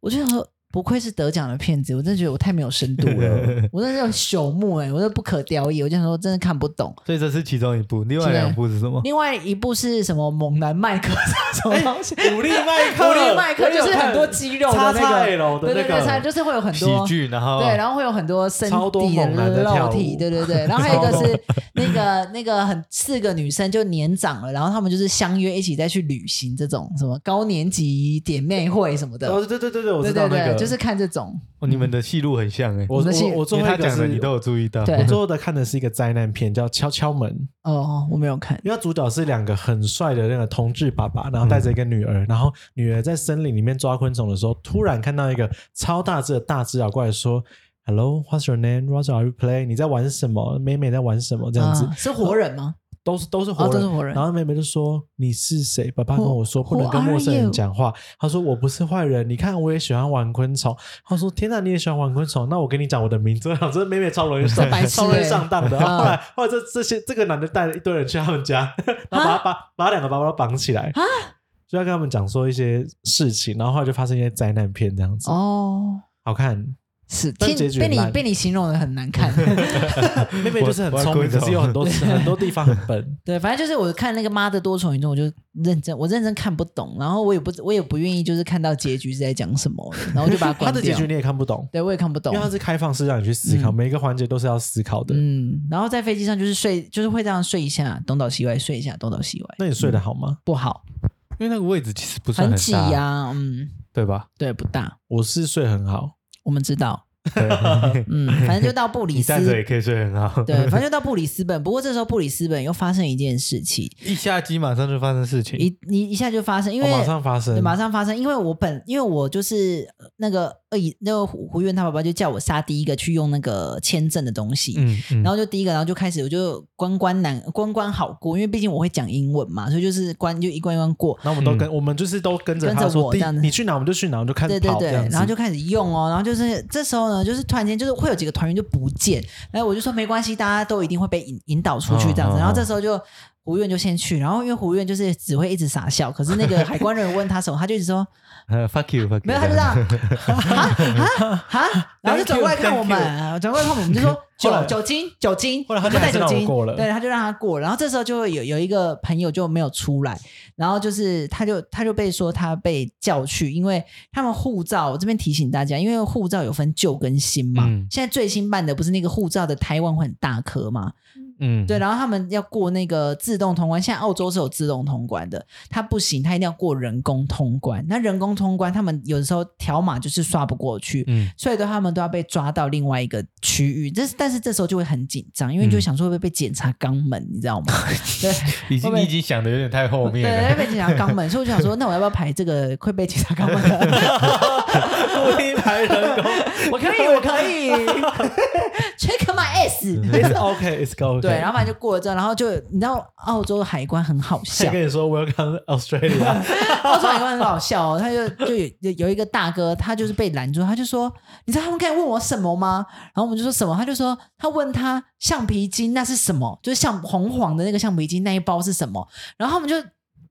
Speaker 2: 我就想说。不愧是得奖的片子，我真的觉得我太没有深度 了，我真的是朽木哎、我真的不可雕也，我就想说真的看不懂。
Speaker 3: 所以这是其中一部，另外两部是什么？
Speaker 2: 另外一部是什么猛男麦克什
Speaker 1: 哎
Speaker 2: 么东西？
Speaker 1: 五力 麦
Speaker 2: 狐狸麦克就是很多肌肉的那个，
Speaker 1: 叉 L 的
Speaker 2: 对对
Speaker 1: 那
Speaker 2: 对，它
Speaker 1: 个，
Speaker 2: 就是会有很
Speaker 3: 喜
Speaker 2: 多
Speaker 3: 剧，然后
Speaker 2: 对，然后会有很多身
Speaker 1: 哦超多
Speaker 2: 体
Speaker 1: 猛男在
Speaker 2: 的
Speaker 1: 跳
Speaker 2: 肉
Speaker 1: 舞
Speaker 2: 体，对对对。然后还有一
Speaker 1: 超
Speaker 2: 个
Speaker 1: 多
Speaker 2: 是那个那个很四个女生就年长了，然后她们就是相约一起再去旅行，这种什么高年级姐妹会什么的，
Speaker 1: 哦，对对对对，我
Speaker 2: 对
Speaker 1: 知道
Speaker 2: 对
Speaker 1: 那
Speaker 2: 对，
Speaker 1: 个，
Speaker 2: 就是看这种。
Speaker 3: 哦你们的戏路很像哎，
Speaker 1: 我
Speaker 2: 我们是
Speaker 1: 我我
Speaker 3: 因
Speaker 1: 最
Speaker 3: 为
Speaker 1: 后
Speaker 3: 他
Speaker 1: 一个
Speaker 3: 讲的
Speaker 1: 是
Speaker 3: 你都有注意到。
Speaker 2: 对
Speaker 1: 我最后的看的是一个灾难片，叫《敲敲门》。
Speaker 2: 哦，我没有看，
Speaker 1: 因为他主角是两个很帅的那个同志爸爸，然后带着一个女儿，然后女儿在森林里面抓昆虫的时候，突然看到一个超大只的大只鸟过来说：“Hello,
Speaker 2: 啊
Speaker 1: what's your name? What are you playing? 你在玩什么？妹妹在玩什么？”这样子，呃
Speaker 2: 啊是活人吗？
Speaker 1: 都是都是活
Speaker 2: 哦，
Speaker 1: 人，
Speaker 2: 都是活人
Speaker 1: 然。后妹妹就说：“你是谁？”爸爸跟
Speaker 2: Who-
Speaker 1: 我说不
Speaker 2: who
Speaker 1: 能跟陌生
Speaker 2: are you？
Speaker 1: 人讲话。他说：“我不是坏人，你看我也喜欢玩昆虫。”他说：“天哪，你也喜欢玩昆虫？那我跟你讲我的名字。”我想这妹妹超容易上
Speaker 2: 这白痴
Speaker 1: 超容易
Speaker 2: 欸
Speaker 1: 上当的。
Speaker 2: 啊
Speaker 1: 后来后来这这些这个男的带了一堆人去他们家， 然后把他把把他两个爸爸都绑起来
Speaker 2: 啊，
Speaker 1: 就要跟他们讲说一些事情，然后后来就发生一些灾难片这样子，
Speaker 2: 哦，
Speaker 1: 好看。
Speaker 2: 是
Speaker 1: 但
Speaker 2: 听
Speaker 1: 结局
Speaker 2: 被
Speaker 1: 很
Speaker 2: 你
Speaker 1: 烂
Speaker 2: 被你形容的很难 看。
Speaker 1: 妹妹就是很聪明，可是有很多很多地方很笨。
Speaker 2: 对，反正就是我看那个《妈的多重宇宙》，我就认真，我认真看不懂，然后我也不我也不愿意就是看到结局是在讲什么，然后就把它
Speaker 1: 他
Speaker 2: 关
Speaker 1: 的结
Speaker 2: 掉
Speaker 1: 局。你也看不懂，
Speaker 2: 对，我也看不懂
Speaker 1: 因为。它是开放式让你去思考，每一个环节都是要思考的。
Speaker 2: 嗯，然后在飞机上就是睡，就是会这样睡一下，东倒西歪，睡一下，东倒西歪，
Speaker 1: 那你睡得好吗？
Speaker 2: 不好，
Speaker 3: 因为那个位置其实不算
Speaker 2: 很
Speaker 3: 很
Speaker 2: 挤
Speaker 3: 大，
Speaker 2: 呀、嗯，
Speaker 3: 对吧？
Speaker 2: 对，不大，
Speaker 1: 我是睡很好，
Speaker 2: 我们知道，
Speaker 3: 对
Speaker 2: 嗯，反正就到布里
Speaker 3: 你
Speaker 2: 斯，
Speaker 3: 站着也可以睡很好。
Speaker 2: 对，反正就到布里斯本。不过这时候布里斯本又发生一件事情，
Speaker 3: 一下机马上就发生事情，
Speaker 2: 一你一下就发生，因
Speaker 1: 我
Speaker 2: 为、
Speaker 3: 哦
Speaker 1: 哦马上发
Speaker 2: 对
Speaker 1: 生，
Speaker 2: 马上发生，因为我本因为我就是呃那个二姨那个胡胡院他爸爸就叫我杀第一个去用那个签证的东西，
Speaker 3: 嗯，嗯
Speaker 2: 然后就第一个，然后就开始我就关关难关关好过，因为毕竟我会讲英文嘛，所以就是关就一关一关过，
Speaker 1: 然后我们都跟、我们就是都跟着他
Speaker 2: 嗯跟着
Speaker 1: 说，
Speaker 2: 我
Speaker 1: 第
Speaker 2: 这样子
Speaker 1: 你去哪我们就去哪，我们就开
Speaker 2: 对
Speaker 1: 始
Speaker 2: 对
Speaker 1: 跑
Speaker 2: 对
Speaker 1: 这样，子。
Speaker 2: 然后就开始用哦，然后就是这时候呢，就是突然间就是会有几个团员就不见，然后我就说没关系，大家都一定会被引引导出去这样
Speaker 3: 嗯
Speaker 2: 子，
Speaker 3: 嗯嗯
Speaker 2: 然后这时候就。胡院就先去，然后因为胡院就是只会一直傻笑，可是那个海关人问他什么，他就一直说
Speaker 3: 呃 fuck you，fuck you，
Speaker 2: 没有，他就这 样，啊啊啊！然后就转过来看我
Speaker 3: Thank
Speaker 2: 们，呃转过来看我们，就说
Speaker 1: 后来
Speaker 2: 酒酒精酒精，
Speaker 1: 后来他就
Speaker 2: 我们带
Speaker 1: 还是
Speaker 2: 酒
Speaker 1: 让我
Speaker 2: 精
Speaker 1: 过了
Speaker 2: 对，他就让他过。然后这时候就会有有一个朋友就没有出来，然后就是他就他就被说他被叫去，因为他们护照，我这边提醒大家，因为护照有分旧跟新嘛
Speaker 3: 嗯，
Speaker 2: 现在最新办的不是那个护照的台湾会很大颗嘛，
Speaker 3: 嗯，
Speaker 2: 对，然后他们要过那个自动通关，现在澳洲是有自动通关的，它不行，它一定要过人工通关。那人工通关，他们有的时候条码就是刷不过去，
Speaker 3: 嗯
Speaker 2: 所以的话他们都要被抓到另外一个区域。这但是这时候就会很紧张，因为就想说会不会被检查肛门，你知道吗？对。
Speaker 3: 已经
Speaker 2: 后面
Speaker 3: 你已经想的有点太后面
Speaker 2: 对，
Speaker 3: 了
Speaker 2: 会，被检查肛门，所以我就想说，那我要不要排这个会被检查肛门的？
Speaker 1: 故意排人工
Speaker 2: 我可以，我可以，check my ass。
Speaker 1: ，It's OK, It's OK。
Speaker 2: 对，然后反正就过了之后，然后就你知道澳洲的海关很好
Speaker 1: 谁
Speaker 2: 笑，
Speaker 1: 跟你说 Welcome Australia？
Speaker 2: 澳洲海关很好笑哦，他就就有有有一个大哥，他就是被拦住，他就说：“你知道他们刚才问我什么吗？”然后我们就说什么，他就说他问他橡皮筋那是什么，就是像红黄的那个橡皮筋那一包是什么，然后他们就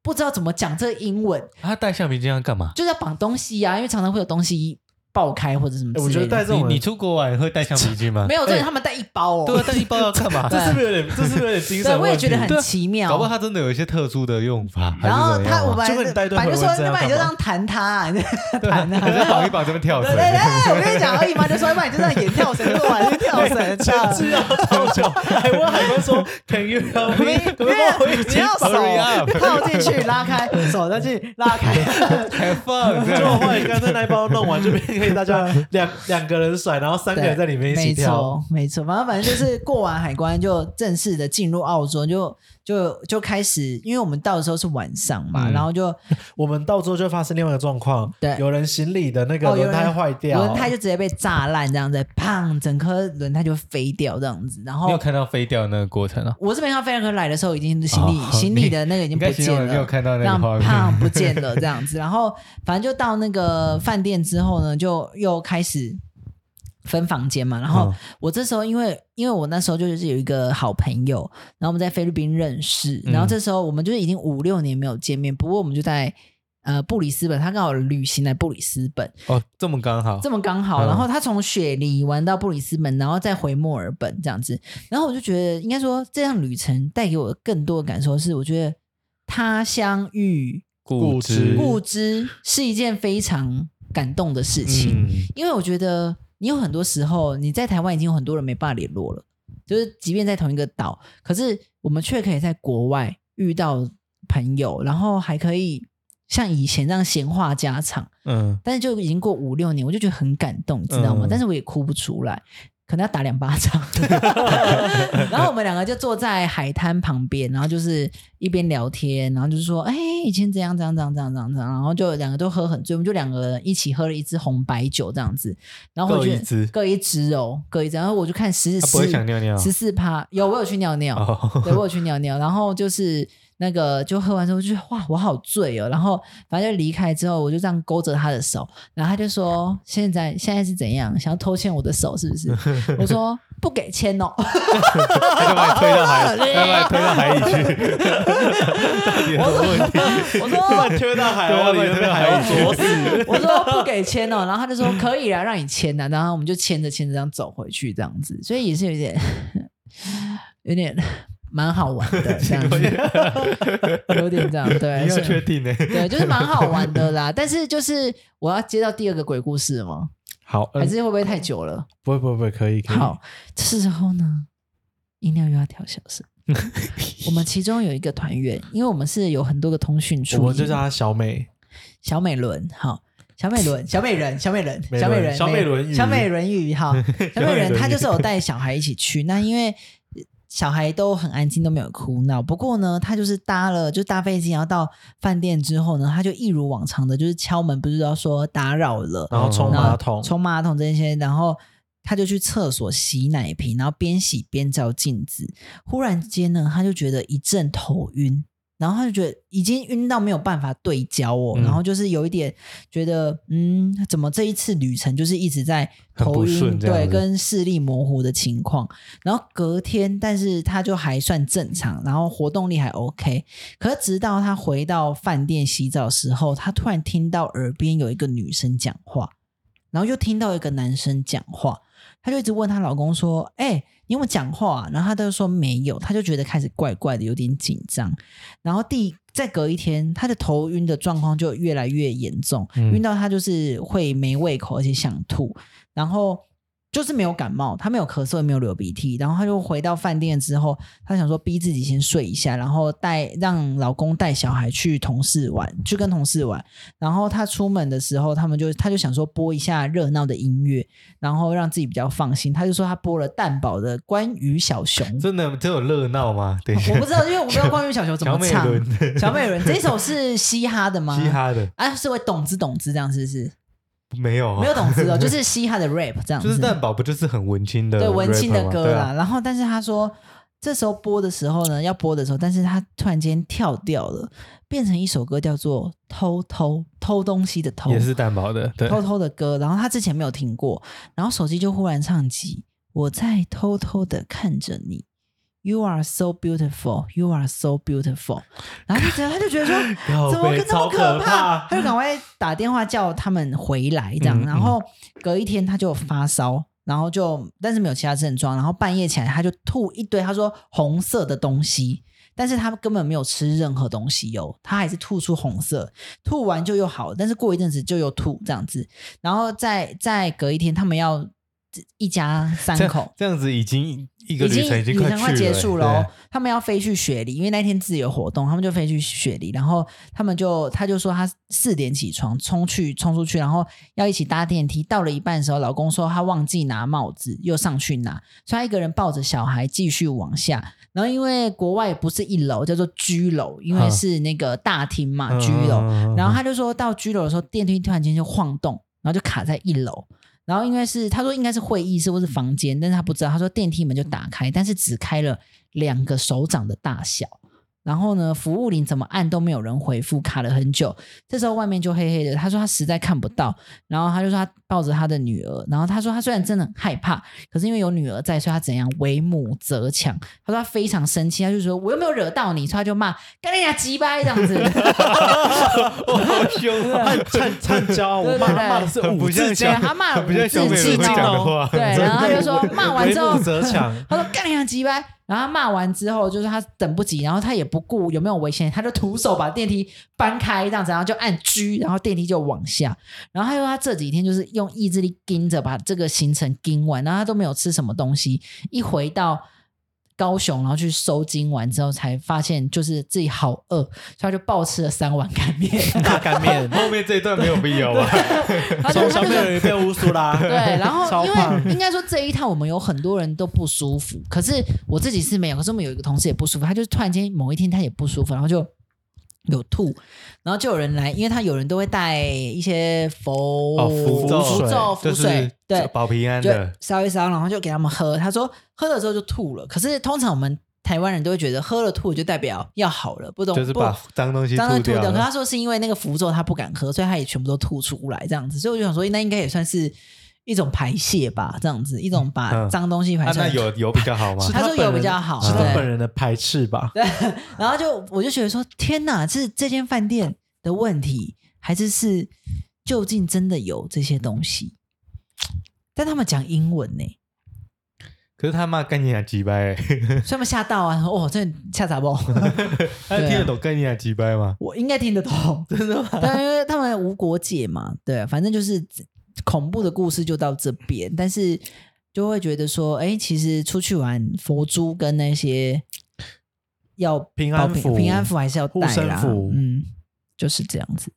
Speaker 2: 不知道怎么讲这个英文，
Speaker 3: 他啊戴橡皮筋要干 嘛？
Speaker 2: 就是要绑东西呀、因为常常会有东西爆开或者什么之类的。
Speaker 1: 哎我觉得带这
Speaker 3: 你
Speaker 1: 种
Speaker 3: 你
Speaker 1: 人，
Speaker 3: 出国玩会戴橡皮筋吗？
Speaker 2: 没有，对、
Speaker 3: 哎
Speaker 2: 他们带一包哦。
Speaker 3: 对啊，戴一包要干 嘛？
Speaker 1: 这是不是有点，这是不是有点
Speaker 2: 对，
Speaker 1: 精神
Speaker 2: 我也
Speaker 1: 问
Speaker 2: 觉
Speaker 1: 题？
Speaker 2: 得很
Speaker 3: 对啊
Speaker 2: 奇妙。
Speaker 3: 搞不好他真的有一些特殊的用法，
Speaker 2: 然
Speaker 3: 还
Speaker 2: 后
Speaker 3: 是怎
Speaker 2: 他
Speaker 3: 样
Speaker 2: 我
Speaker 3: 啊
Speaker 2: 本来
Speaker 1: 就跟你带队
Speaker 2: 反正就说
Speaker 1: 回文这，样
Speaker 2: 那么你就这
Speaker 1: 干嘛
Speaker 2: 样弹他、啊，你就 弹啊
Speaker 3: 对，在绑一绑这边跳
Speaker 2: 对
Speaker 3: 绳
Speaker 2: 对，对，我跟你讲，我姨妈就说，那你就这样演跳绳，跟我玩跳绳，这样
Speaker 1: 前置要多啊久？海关海关说 Can you help me？可不可以帮我一
Speaker 2: 你
Speaker 1: 起
Speaker 2: 要手
Speaker 3: hurry up
Speaker 2: 套进去，拉开，手再去拉开，
Speaker 3: 还 放这
Speaker 1: 就我
Speaker 3: 样。
Speaker 1: 后来刚才那一包弄完，就变可以大家两两个人甩，然后三个人在里面一起
Speaker 2: 没
Speaker 1: 跳。
Speaker 2: 错，没错，反正反正就是过完海关就正式的进入澳洲，就就就开始，因为我们到的时候是晚上嘛，
Speaker 3: 嗯
Speaker 2: 然后就
Speaker 1: 我们到最后就发生另外一个状况，
Speaker 2: 对
Speaker 1: 有人行李的那个
Speaker 2: 哦有
Speaker 1: 轮
Speaker 2: 人
Speaker 1: 胎坏掉，
Speaker 2: 轮胎就直接被炸烂，这样子，砰，整颗轮胎就飞掉这样子，然
Speaker 3: 你有
Speaker 2: 后。
Speaker 3: 看到飞掉那个过程啊？
Speaker 2: 我这边看飞人哥来的时候，已经行李、
Speaker 3: 哦
Speaker 2: 行李的那个已经不
Speaker 3: 你应该形
Speaker 2: 见
Speaker 3: 容
Speaker 2: 了，
Speaker 3: 你有看到那个画面
Speaker 2: 胖不见了这样子。然后反正就到那个饭店之后呢，就又开始分房间嘛。然后
Speaker 1: 嗯
Speaker 2: 我这时候因为因为我那时候就是有一个好朋友，然后我们在菲律宾认识，
Speaker 3: 嗯
Speaker 2: 然后这时候我们就是已经五六年没有见面，不过我们就在。呃，布里斯本，他刚好旅行来布里斯本，
Speaker 3: 哦，这么刚好，
Speaker 2: 这么刚
Speaker 3: 嗯
Speaker 2: 好，然后他从雪梨玩到布里斯本，然后再回墨尔本这样子，然后我就觉得，应该说这趟旅程带给我更多的感受是，我觉得他乡遇
Speaker 3: 固
Speaker 1: 嗯
Speaker 2: 故知是一件非常感动的事情，
Speaker 3: 嗯，
Speaker 2: 因为我觉得你有很多时候你在台湾已经有很多人没办法联络了，就是即便在同一个岛，可是我们却可以在国外遇到朋友，然后还可以像以前这样闲话家常。
Speaker 3: 嗯，
Speaker 2: 但是就已经过五六年，我就觉得很感动，你知道吗？
Speaker 3: 嗯
Speaker 2: 但是我也哭不出来，可能要打两巴掌。 然后我们两个就坐在海滩旁边，然后就是一边聊天，然后就是说，哎、以前怎样怎样怎样怎样怎样，怎样然后就两个都喝很醉，我们就两个人一起喝了一支红白酒这样子，然后我
Speaker 3: 各
Speaker 2: 觉
Speaker 3: 一
Speaker 2: 得
Speaker 3: 支，
Speaker 2: 各一支哦，各一支，然后我就看十
Speaker 3: 他不会想
Speaker 2: 四
Speaker 3: 尿尿。
Speaker 2: 十四趴，有我有去尿尿，对
Speaker 3: 哦，
Speaker 2: 我有去尿尿，然后就是那个就喝完之后就觉得哇，我好醉哦，然后反正就离开之后，我就这样勾着他的手，然后他就说现在现在是怎样，想要偷牵我的手是不是？我说不给牵哦，
Speaker 3: 他就把你推到 海，他把你推到海里去。到底有什么问题？
Speaker 2: 我说。
Speaker 1: 推到海
Speaker 3: 对
Speaker 1: 里，
Speaker 3: 把你推到海里去，
Speaker 2: 我说不给签哦，然后他就说可以啦，让你签啦，然后我们就牵着牵着这样走回去，这样子，所以也是有点有点蛮好玩的这样子， 有点这样对，
Speaker 3: 你要
Speaker 2: 所以
Speaker 3: 确定呢？
Speaker 2: 对，就是蛮好玩的啦。但是就是我要接到第二个鬼故事吗？
Speaker 1: 好，
Speaker 2: 还
Speaker 3: 呃
Speaker 1: 嗯
Speaker 2: 是会不会太久了？
Speaker 1: 不会不会不会，可以可以。
Speaker 2: 好，这时候呢，音量又要调小 声。我们其中有一个团员，因为我们是有很多个通讯
Speaker 1: 我
Speaker 2: 处
Speaker 1: 们就叫她小美，
Speaker 2: 小美伦，好，小美伦，小美人，小美人，
Speaker 1: 美
Speaker 2: 小美
Speaker 1: 伦
Speaker 2: 人，
Speaker 1: 小美伦鱼
Speaker 2: 小美人鱼，好， 小美
Speaker 3: 美
Speaker 2: 人，
Speaker 3: 人
Speaker 2: 她
Speaker 3: 鱼
Speaker 2: 就是有带小孩一起去，那因为。小孩都很安静，都没有哭闹。不过呢，她就是搭了，就搭飞机，然后到饭店之后呢，她就一如往常的，就是敲门，不是要说打扰了，
Speaker 3: 嗯
Speaker 1: 然后冲
Speaker 2: 然后
Speaker 1: 马桶，，
Speaker 2: 冲马桶这些，然后他就去厕所洗奶瓶，然后边洗边照镜子。忽然间呢，他就觉得一阵头晕，然后他就觉得已经晕到没有办法对焦哦，
Speaker 3: 嗯
Speaker 2: 然后就是有一点觉得，嗯，怎么这一次旅程就是一直在
Speaker 3: 很
Speaker 2: 头
Speaker 3: 不
Speaker 2: 晕，
Speaker 3: 顺这样
Speaker 2: 对，
Speaker 3: 子
Speaker 2: 跟视力模糊的情况。然后隔天，但是他就还算正常，然后活动力还 OK。可是直到他回到饭店洗澡的时候，他突然听到耳边有一个女生讲话，然后又听到一个男生讲话，她就一直问她老公说：“哎、你有没有讲话啊、然后他就说没有，他就觉得开始怪怪的，有点紧张。然后第再隔一天，他的头晕的状况就越来越严重，
Speaker 3: 嗯
Speaker 2: 晕到他就是会没胃口，而且想吐，然后。就是没有感冒，他没有咳嗽，也没有流鼻涕，然后他就回到饭店之后，他想说逼自己先睡一下，然后带让老公带小孩去同事玩，去跟同事玩。然后他出门的时候，他们就他就想说播一下热闹的音乐，然后让自己比较放心。他就说他播了蛋宝的《关于小熊》，
Speaker 3: 真的只有热闹吗？等一下
Speaker 2: 我，不知道，因为我不知道《关于小熊》怎
Speaker 3: 小
Speaker 2: 么
Speaker 3: 美
Speaker 2: 唱。
Speaker 3: 伦，
Speaker 2: 小美人这首是嘻哈的吗？
Speaker 3: 嘻哈的
Speaker 2: 啊，是会懂之懂之这样是不是？
Speaker 3: 没有，
Speaker 2: 没有，懂之哦，就是嘻哈的 rap 这样子。
Speaker 3: 就是蛋堡不就是很文青的
Speaker 2: 对文青的
Speaker 3: rapper 吗
Speaker 2: 歌
Speaker 3: 对
Speaker 2: 啦。
Speaker 3: 啊
Speaker 2: 然后，但是他说这时候播的时候呢，要播的时候，但是他突然间跳掉了，变成一首歌叫做《偷偷偷东西的偷》，
Speaker 3: 也是蛋堡的，对，
Speaker 2: 偷偷的歌，然后他之前没有听过，然后手机就忽然唱起：“我在偷偷的看着你，You are so beautiful, You are so beautiful。”然后他就觉得他就觉得说
Speaker 1: 靠
Speaker 2: 怎么
Speaker 1: 北
Speaker 2: 这么
Speaker 1: 超可
Speaker 2: 怕
Speaker 1: 怕？
Speaker 2: 他就赶快打电话叫他们回来，这样。
Speaker 3: 嗯嗯
Speaker 2: 然后隔一天他就发烧，然后就但是没有其他症状，然后半夜起来他就吐一堆，他说红色的东西。但是他根本没有吃任何东西哦，他还是吐出红色，吐完就又好了，但是过一阵子就又吐这样子，然后再再隔一天，他们要一家三
Speaker 3: 这
Speaker 2: 口
Speaker 3: 样，这样子已经一个旅程已经
Speaker 2: 旅
Speaker 3: 快
Speaker 2: 程快
Speaker 3: 去
Speaker 2: 结
Speaker 3: 了欸
Speaker 2: 束了、哦，他们要飞去雪梨，因为那天自由活动，他们就飞去雪梨，然后他们就他就说他四点起床冲去冲出去，然后要一起搭电梯，到了一半的时候，老公说他忘记拿帽子，又上去拿，所以他一个人抱着小孩继续往下。然后因为国外不是一楼叫做居楼，因为
Speaker 3: 嗯
Speaker 2: 是那个大厅嘛，
Speaker 3: 对
Speaker 2: 居楼，
Speaker 3: 嗯
Speaker 2: 哦然后他就说到居楼的时候，电梯突然间就晃动，然后就卡在一楼。然后应该是他说应该是会议室或是房间，但是他不知道。他说电梯门就打开，但是只开了两个手掌的大小。然后呢，服务铃怎么按都没有人回复，卡了很久。这时候外面就黑黑的，他说他实在看不到，然后他就说他抱着他的女儿，然后他说他虽然真的很害怕，可是因为有女儿在，所以他怎样为母则强。他说他非常生气，他就说我又没有惹到你，所以他就骂干你俩鸡巴这样子。
Speaker 3: 我好凶 啊！
Speaker 1: 汗颤颤焦，我骂
Speaker 2: 对对
Speaker 1: 他骂的是
Speaker 3: 很不
Speaker 1: 五字
Speaker 3: 像
Speaker 1: 经
Speaker 2: 对，他骂
Speaker 3: 很不像小美人会讲的话，
Speaker 2: 对，然后他就说骂完之后
Speaker 1: 为母，则强，
Speaker 2: 他说干你娘鸡掰，然后他骂完之后，就是他等不及，然后他也不顾有没有危险，他就徒手把电梯搬开这样子，然后就按 G，然后电梯就往下。然后他说他这几天就是用意志力盯着把这个行程盯完，然后他都没有吃什么东西，一回到。高雄，然后去收金完之后，才发现就是自己好饿，所以他就暴吃了三碗干面。
Speaker 1: 大干面
Speaker 3: 后面这一段没有必要吧？ 啊
Speaker 2: 他就他
Speaker 1: 从小
Speaker 2: 就
Speaker 1: 美人鱼变乌苏 拉，
Speaker 2: 对，然后
Speaker 1: 超
Speaker 2: 因
Speaker 1: 胖
Speaker 2: 为应该说这一趟我们有很多人都不舒服，可是我自己是没有，可是我们有一个同事也不舒服，他就突然间某一天他也不舒服，然后就有吐，然后就有人来，因为他有人都会带一些佛
Speaker 3: 哦，符咒
Speaker 2: 符咒、符
Speaker 3: 就是
Speaker 2: 水，对，
Speaker 3: 保平安
Speaker 2: 就
Speaker 3: 的，
Speaker 2: 烧一烧，然后就给他们喝。他说喝了之后就吐了，可是通常我们台湾人都会觉得喝了吐了就代表要好了，不懂
Speaker 3: 就是把
Speaker 2: 不
Speaker 3: 脏东西
Speaker 2: 当然吐
Speaker 3: 掉
Speaker 2: 掉，可
Speaker 3: 了啊
Speaker 2: 他。说是因为那个符咒他不敢喝，所以他也全部都吐出来这样子，所以我就想说，那应该也算是一种排泄吧，这样子一种把
Speaker 3: 嗯
Speaker 2: 脏东西排
Speaker 3: 啊，
Speaker 2: 出来。
Speaker 3: 那有有比较好吗
Speaker 1: 是？
Speaker 2: 他说
Speaker 1: 本
Speaker 2: 有
Speaker 1: 人
Speaker 2: 比较好
Speaker 1: 是他
Speaker 2: 对
Speaker 1: 本人的排斥吧？
Speaker 2: 对，然后就我就觉得说，天哪，是这间饭店的问题，还是是究竟真的有这些东西？但他们讲英文呢、
Speaker 3: 可是他骂干你俩几掰，
Speaker 2: 所以他们吓到啊！哦，真的吓傻爆！
Speaker 3: 他
Speaker 2: 对
Speaker 3: 听
Speaker 2: 啊
Speaker 3: 得懂干你俩几掰吗？
Speaker 2: 我应该听得懂，真的吗？但因为他们无国界嘛，对，反正就是恐怖的故事就到这边，但是就会觉得说，哎，其实出去玩，佛珠跟那些要
Speaker 1: 平安
Speaker 2: 保
Speaker 1: 符
Speaker 2: 平安符还是要带
Speaker 1: 护身
Speaker 2: 啦
Speaker 1: 符，
Speaker 2: 嗯，就是这样子，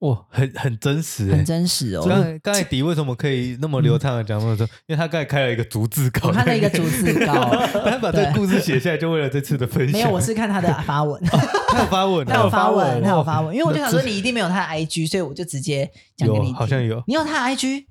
Speaker 3: 哇，很很真实
Speaker 2: 很
Speaker 3: 欸，
Speaker 2: 真实哦。
Speaker 3: 刚才刚才迪为什么可以那么流畅的讲那么多？ 因为他刚才开了一个逐字稿，
Speaker 2: 我哦看了一个逐字 稿
Speaker 3: 他把这个
Speaker 2: 对
Speaker 3: 故事写下来，就为了这次的分享。
Speaker 2: 没有，我是看他的发文，
Speaker 3: 他有发文哦，
Speaker 2: 他有发文，他有发
Speaker 3: 哦
Speaker 2: 文，因为我就想说你一定没有他的 IG，所以我就直接讲给
Speaker 3: 有，
Speaker 2: 你听。
Speaker 3: 好像有。
Speaker 2: 你有他的 IG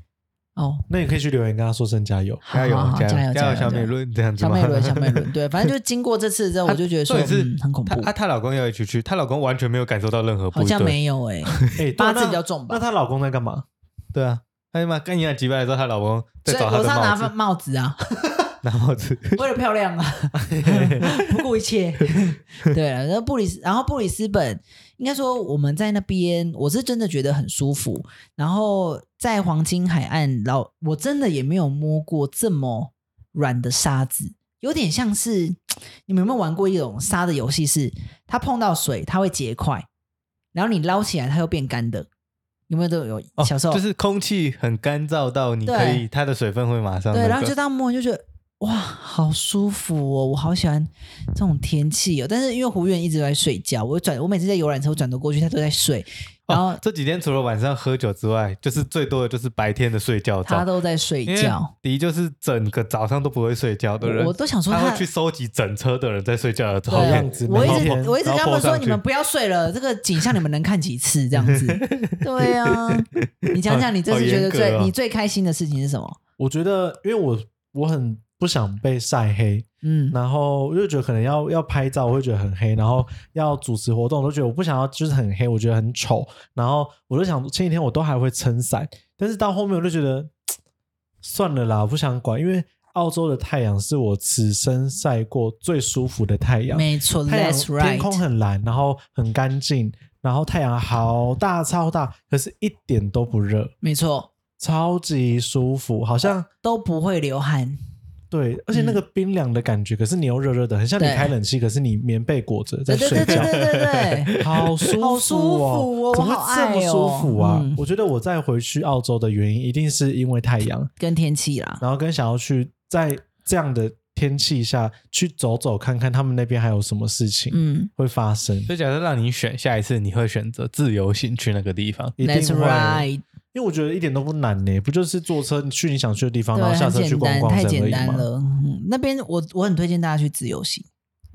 Speaker 2: 哦，
Speaker 1: 那你可以去留言跟他说声加油。
Speaker 2: 好
Speaker 3: 加油
Speaker 2: 好好，
Speaker 3: 加
Speaker 2: 油，
Speaker 3: 油，
Speaker 2: 加
Speaker 3: 油！小美，伦这样子
Speaker 2: 小
Speaker 3: 吗？
Speaker 2: 美伦，小美伦，对，反正就经过这次之后，我就觉得说
Speaker 3: 重点是
Speaker 2: 嗯很恐怖
Speaker 3: 她，啊，她老公要一起去，她老公完全没有感受到任何不
Speaker 2: 好像
Speaker 3: 对
Speaker 2: 没有 哎，
Speaker 1: 哎，
Speaker 2: 八字
Speaker 1: 对那
Speaker 2: 比较重吧
Speaker 1: 那她老公在干嘛？
Speaker 3: 对啊，他妈干你俩击败的时候，她老公在
Speaker 2: 所以
Speaker 3: 找她
Speaker 2: 楼
Speaker 3: 的
Speaker 2: 上拿
Speaker 3: 帽
Speaker 2: 帽
Speaker 3: 子，
Speaker 2: 帽子啊，
Speaker 3: 拿帽子，
Speaker 2: 为了漂 亮啊，不顾一切。对了，那布里斯，然后布里斯本，应该说我们在那边，我是真的觉得很舒服。然后在黄金海岸，老我真的也没有摸过这么软的沙子，有点像是你们有没有玩过一种沙的游戏是？它碰到水，它会结块，然后你捞起来，它又变干的。有没有都有？
Speaker 3: 哦
Speaker 2: 小时候、
Speaker 3: 就是空气很干燥到你可以，
Speaker 2: 对
Speaker 3: 它的水分会马上那个
Speaker 2: 对，
Speaker 3: 哦
Speaker 2: 然后就这样摸，就觉得哇，好舒服哦，我好喜欢这种天气哦。但是因为胡远一直在睡觉，我转我每次在游览车我转头过去，他都 在睡，然后
Speaker 3: 哦，这几天除了晚上喝酒之外，就是最多的就是白天的睡觉
Speaker 2: 他
Speaker 3: 照。
Speaker 2: 都在睡
Speaker 3: 因为
Speaker 2: 觉。
Speaker 3: 迪就是整个早上都不会睡觉的人，
Speaker 2: 我我都想说
Speaker 3: 他
Speaker 2: 他
Speaker 3: 会去收集整车的人在睡觉的照
Speaker 1: 好
Speaker 2: 对啊
Speaker 1: 样
Speaker 3: 片。
Speaker 1: 子
Speaker 2: 我一
Speaker 1: 每
Speaker 2: 直
Speaker 1: 天
Speaker 2: 我一直
Speaker 3: 然
Speaker 2: 跟
Speaker 3: 后
Speaker 2: 他们
Speaker 3: po
Speaker 2: 说，
Speaker 3: 上
Speaker 2: 你们
Speaker 3: 去
Speaker 2: 不要睡了，这个景象你们能看几次这 样子？对啊，你讲讲你这
Speaker 3: 好
Speaker 2: 次觉得
Speaker 3: 严格
Speaker 2: 最、
Speaker 3: 哦
Speaker 2: 你最开心的事情是什么？
Speaker 1: 我觉得，因为我我很不想被晒黑，
Speaker 2: 嗯，
Speaker 1: 然后我就觉得可能要要拍照，我会觉得很黑，然后要主持活动，我都觉得我不想要就是很黑，我觉得很丑。然后我就想前几天我都还会撑伞，但是到后面我就觉得算了啦，我不想管，因为澳洲的太阳是我此生晒过最舒服的太阳，
Speaker 2: 没错
Speaker 1: 太阳
Speaker 2: ，That's
Speaker 1: 天空
Speaker 2: right。
Speaker 1: 很蓝，然后很干净，然后太阳好大超大，可是一点都不热，
Speaker 2: 没错，
Speaker 1: 超级舒服，好像。
Speaker 2: 都不会流汗，
Speaker 1: 对，而且那个
Speaker 2: 嗯
Speaker 1: 冰凉的感觉，可是你又热热的，很像你
Speaker 2: 对
Speaker 1: 开冷气，可是你棉被裹着在
Speaker 2: 对对对
Speaker 1: 睡
Speaker 2: 对
Speaker 1: 觉，
Speaker 2: 对对对，
Speaker 1: 好舒
Speaker 2: 好
Speaker 1: 服
Speaker 2: 舒服
Speaker 1: 哦
Speaker 2: 哦！
Speaker 1: 怎么
Speaker 2: 我好
Speaker 1: 会这么
Speaker 2: 爱哦
Speaker 1: 舒服啊？
Speaker 2: 嗯
Speaker 1: 我觉得我再回去澳洲的原因，一定是因为太阳，
Speaker 2: 跟天气啦，
Speaker 1: 然后跟想要去在这样的天气下去走走看看，他们那边还有什么事情
Speaker 2: 嗯。
Speaker 1: 会发生。
Speaker 3: 所以假设让你选下一次，你会选择自由行去那个地 方。
Speaker 1: 一定
Speaker 2: That's
Speaker 1: 会，
Speaker 2: right，
Speaker 1: 因为我觉得一点都不难呢，不就是坐车去你想去的地方，
Speaker 2: 对，
Speaker 1: 然后下
Speaker 2: 很
Speaker 1: 车去
Speaker 2: 简
Speaker 1: 逛
Speaker 2: 单，
Speaker 1: 逛
Speaker 2: 太
Speaker 1: 这样
Speaker 2: 简
Speaker 1: 而已
Speaker 2: 单
Speaker 1: 嘛。
Speaker 2: 了。嗯那边我我很推荐大家去自由行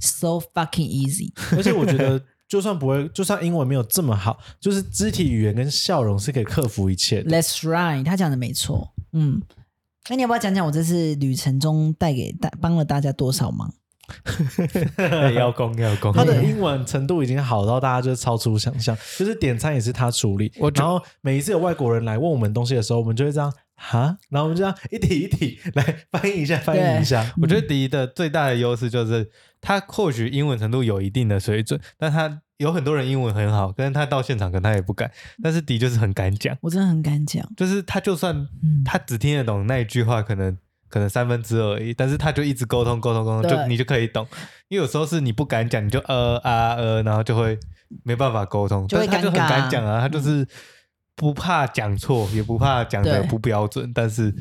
Speaker 2: ，so fucking easy。
Speaker 1: 而且我觉得，就算不会，就算英文没有这么好，就是肢体语言跟笑容是可以克服一切的。
Speaker 2: Let's right，他讲的没错。嗯，那你要不要讲讲我这次旅程中带给大帮了大家多少忙？
Speaker 3: 邀功邀功，
Speaker 1: 他的英文程度已经好到大家就是超出想象，就是点餐也是他处理
Speaker 3: 我。觉
Speaker 1: 然后每一次有外国人来问我们东西的时候，我们就会这样哈，然后我们就这样一题一题来翻译一下，翻译一下。
Speaker 3: 我觉得迪的最大的优势就是他或许英文程度有一定的水准，但他有很多人英文很好，但是他到现场可能他也不敢，但是迪就是很敢讲，
Speaker 2: 我真的很敢讲，
Speaker 3: 就是他就算
Speaker 2: 嗯
Speaker 3: 他只听得懂那一句话，可能可能三分之二而已，但是他就一直沟通沟通沟通，就
Speaker 2: 对
Speaker 3: 你就可以懂，因为有时候是你不敢讲，你就呃啊呃，然后就会没办法沟通，
Speaker 2: 就会
Speaker 3: 但是他就
Speaker 2: 尴尬嗯
Speaker 3: 很敢讲啊，他就是不怕讲错，也不怕讲的
Speaker 2: 对
Speaker 3: 不标准，但是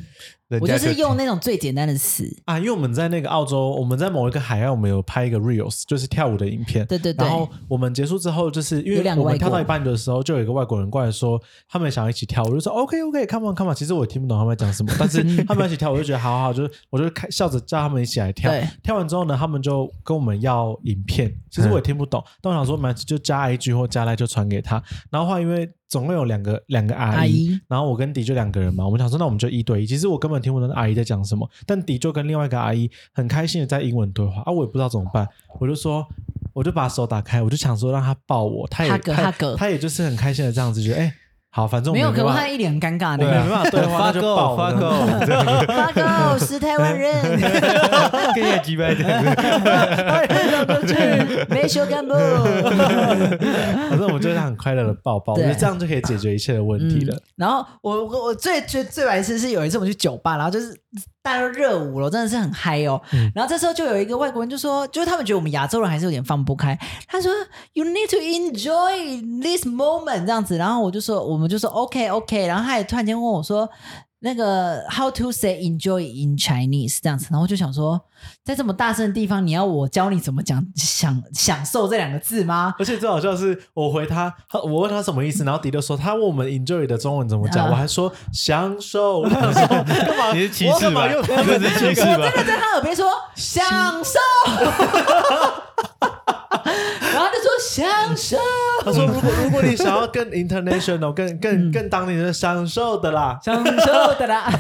Speaker 3: 人
Speaker 2: 我
Speaker 3: 家
Speaker 2: 就是用
Speaker 3: 那
Speaker 2: 那种最简单的词，
Speaker 1: 啊，因为我们在那个澳洲，我们在某一个海岸，我们有拍一个 reels，就是跳舞的影片。
Speaker 2: 对对对
Speaker 1: 然，后我们结束之后，就是因
Speaker 2: 有
Speaker 1: 为
Speaker 2: 两个
Speaker 1: 我
Speaker 2: 外
Speaker 1: 们
Speaker 2: 国
Speaker 1: 跳到一半的时候，就有一个外国人过来说，他们想要一起跳舞，我就说哦 OK OK，come、on come on。其实我也听不懂他们在讲什么，但是他们要一起跳，我就觉得好好，好就是我就开笑着叫他们一起来跳
Speaker 2: 对。
Speaker 1: 跳完之后呢，他们就跟我们要影片，其实我也听不懂，但我想说，没关系就加 IG 或加来就传给他。然后后来因为总共有两个两个
Speaker 2: 阿姨
Speaker 1: 然后我跟迪就两个人嘛，我们想说那我们就一对一。其实我根本听不懂那阿姨在讲什么，但迪就跟另外一个阿姨很开心的在英文对话啊，我也不知道怎么办，我就说我就把手打开，我就想说让她抱我，她也
Speaker 2: Hug，
Speaker 1: 她
Speaker 2: hug
Speaker 1: 她也就是很开心的这样子，觉得哎、好，反正我
Speaker 2: 没有，
Speaker 1: 们
Speaker 2: 可能
Speaker 1: 办法
Speaker 2: 他一脸尴尬
Speaker 1: 对啊
Speaker 2: 的。
Speaker 1: 没办法对话，
Speaker 3: 发
Speaker 1: 那就抱
Speaker 3: 够
Speaker 1: 我
Speaker 3: 啊发
Speaker 1: 这样子
Speaker 3: 够，这样
Speaker 2: 八哥，我是台湾 人，
Speaker 3: 跟你几百点，
Speaker 2: 没修干部。
Speaker 1: 反正我们就是很快乐的抱抱，我觉得
Speaker 2: 对
Speaker 1: 这样就可以解决一切的问题了
Speaker 2: 嗯。然后我我我最最最白痴是有一次我们去酒吧，然后就是大家都热舞了，真的是很嗨哦。
Speaker 1: 嗯
Speaker 2: 然后这时候就有一个外国人就说，就是他们觉得我们亚洲人还是有点放不开，他说 You need to enjoy this moment 这样子。然后我就说，我们就说 OK OK。然后他也突然间问我说。那个 How to say enjoy in Chinese 这样子，然后我就想说，在这么大声的地方，你要我教你怎么讲享享受这两个字吗？
Speaker 1: 而且最好笑的是，我回他，他我问他什么意思，然后迪就说他问我们 enjoy 的中文怎么讲，
Speaker 2: 啊
Speaker 1: 我还说享受，我想 说干嘛？
Speaker 3: 你是歧
Speaker 1: 我
Speaker 3: 视
Speaker 1: 干
Speaker 3: 吧
Speaker 1: 嘛用？
Speaker 3: 这是歧视吧？
Speaker 2: 在他耳边说享 受，然后他就说享受，
Speaker 1: 他
Speaker 2: 嗯
Speaker 1: 说：“如果如果你想要更 international、更更更当你的享受的啦，
Speaker 2: 享受的啦，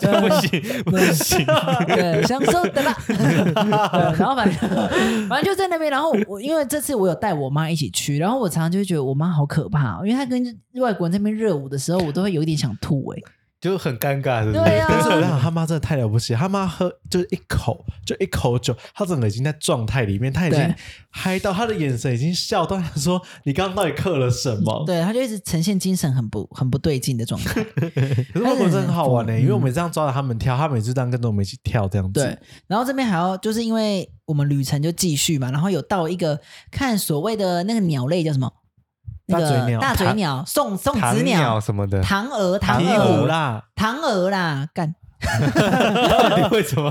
Speaker 3: 这不行不行，
Speaker 2: 对，享受的啦。对然后反正反正就在那边，然后我因为这次我有带我妈一起去，然后我常常就会觉得我妈好可怕哦，因为她跟外国人在那边热舞的时候，我都会有一点想吐哎、
Speaker 3: 就很尴尬，是不是？
Speaker 2: 对啊
Speaker 1: 但是我想他妈真的太了不起，他妈喝就是一口就一口酒，他整个已经在状态里面，他已
Speaker 2: 对
Speaker 1: 经嗨到，他的眼神已经笑到，他说你刚刚到底嗑了什么？
Speaker 2: 对，她就一直呈现精神很不很不对劲的状态。
Speaker 1: 可是外国人真的很好玩呢、因为我们这样抓着他们跳，他每次这样跟着我们一起跳这样子。
Speaker 2: 嗯对，然后这边还要就是因为我们旅程就继续嘛，然后有到一个看所谓的那个鸟类叫什么？那
Speaker 1: 大嘴
Speaker 2: 个
Speaker 1: 鸟
Speaker 2: 大嘴 鸟、送送
Speaker 3: 糖
Speaker 2: 子
Speaker 3: 鸟、什么的，
Speaker 2: 唐鹅、唐
Speaker 1: 鹈鹕
Speaker 2: 鹅、
Speaker 1: 啦，
Speaker 2: 唐鹅啦，干
Speaker 3: 到底为什么？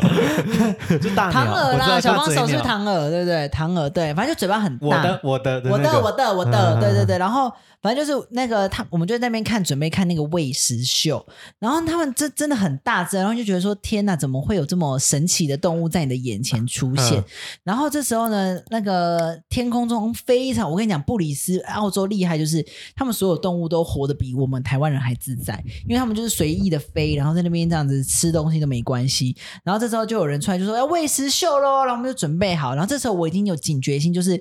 Speaker 1: 就大
Speaker 2: 唐
Speaker 1: 鸟，
Speaker 2: 鹅
Speaker 1: 我知道
Speaker 2: 啦，小帮手
Speaker 1: 大嘴
Speaker 2: 是
Speaker 1: 鸟
Speaker 2: 唐鹅，对不对？唐鹅对，反正就嘴巴很大。
Speaker 3: 我的我的
Speaker 2: 我
Speaker 3: 那
Speaker 2: 的
Speaker 3: 个
Speaker 2: 我的我
Speaker 3: 嗯
Speaker 2: 的，
Speaker 3: 嗯
Speaker 2: 对对对，然后反正就是那个他，我们就在那边看，准备看那个喂食秀，然后他们这真的很大只，然后就觉得说天哪，怎么会有这么神奇的动物在你的眼前出现？
Speaker 3: 嗯
Speaker 2: 然后这时候呢，那个天空中非常，我跟你讲，布里斯澳洲厉害就是他们所有动物都活得比我们台湾人还自在，因为他们就是随意的飞，然后在那边这样子吃东西都没关系，然后这时候就有人出来就说要哎喂食秀喽，然后我们就哎准备好。然后这时候我已经有警觉性，就是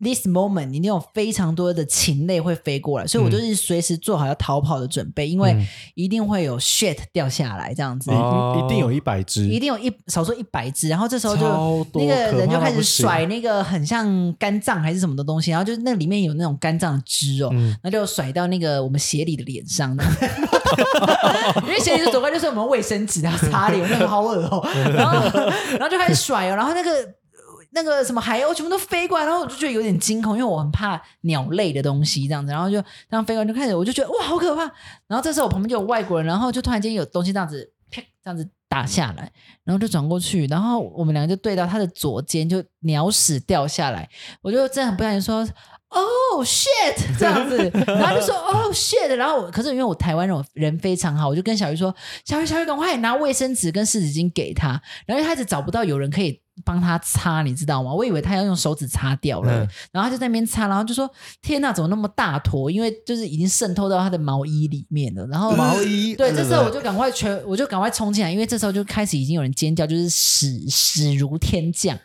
Speaker 2: this moment 一定有非常多的禽类会飞过来，所以我就是随时做好要逃跑的准备，因为
Speaker 3: 嗯
Speaker 2: 一定会有 shit 掉下来这样
Speaker 1: 哦
Speaker 2: 子。
Speaker 1: 一一定有一百
Speaker 2: 一
Speaker 1: 只，
Speaker 2: 定有一少说一百只，然后这时候就
Speaker 1: 超多
Speaker 2: 那个人就开
Speaker 1: 可怕到不
Speaker 2: 始
Speaker 1: 行
Speaker 2: 甩那个很像肝脏还是什么的东西，然后就那里面有那种肝脏的汁哦，
Speaker 3: 嗯
Speaker 2: 那就甩到那个我们协理的脸上， 因为协理就走过来就是我们卫生纸啊擦脸，那个好恶哦、然后然后就开始甩哦，然后那个。那个什么海鸥全部都飞过来，然后我就觉得有点惊恐，因为我很怕鸟类的东西这样子，然后就这样飞过来就开始，我就觉得哇好可怕。然后这时候我旁边就有外国人，然后就突然间有东西这样子，啪这样子打下来，然后就转过去，然后我们两个就对到他的左肩，就鸟屎掉下来，我就真的很不小心说。哦、shit，这 样 子，然后就说哦、shit，然后我可是因为我台湾人我人非常好，我就跟小鱼说，小鱼小鱼赶快拿卫生纸跟湿纸巾给他，然后他一直找不到有人可以帮他擦，你知道吗？我以为他要用手指擦掉了，
Speaker 3: 嗯
Speaker 2: 然后他就在那边擦，然后就说天呐，怎么那么大坨？因为就是已经渗透到他的毛衣里面了，然后
Speaker 3: 毛衣
Speaker 2: 对，这时候我就赶快全，我就赶快冲进来，因为这时候就开始已经有人尖叫，就是屎屎如天降，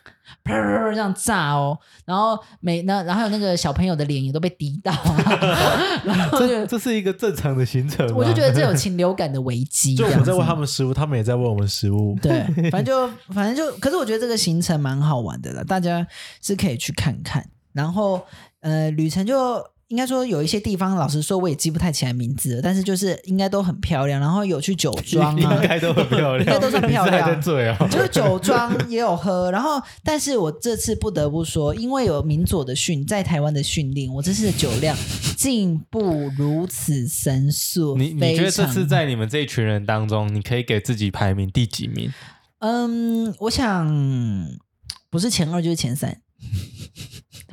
Speaker 2: 啪这样炸哦。然后每那然后还有那个小朋友的脸也都被滴到、 啊，然后
Speaker 3: 嗯这
Speaker 2: 就
Speaker 3: 这是一个正常的行程吗，
Speaker 2: 我就觉得这有禽流感的危机，
Speaker 1: 就我们在喂他
Speaker 2: 们。
Speaker 1: 们食物，他们也在喂我们食物。
Speaker 2: 对，反正就反正就，可是我觉得这个行程蛮好玩的啦，大家是可以去看看。然后呃，旅程就应该说有一些地方，老实说我也记不太起来名字了，但是就是应该都很漂亮，然后有去酒 庄
Speaker 3: 应
Speaker 2: 啊，
Speaker 3: 该都很漂亮，
Speaker 2: 应该都算漂亮
Speaker 3: 你是还在醉啊、
Speaker 2: 就是酒庄也有喝，然后但是我这次不得不说，因为有民佐的训在台湾的训令，我这次的酒量进步如此神速。
Speaker 3: 你你
Speaker 2: 非
Speaker 3: 觉得这
Speaker 2: 常
Speaker 3: 次在你们这一群人当中，你可以给自己排名第几名？
Speaker 2: 嗯，我想不是前二就是前三，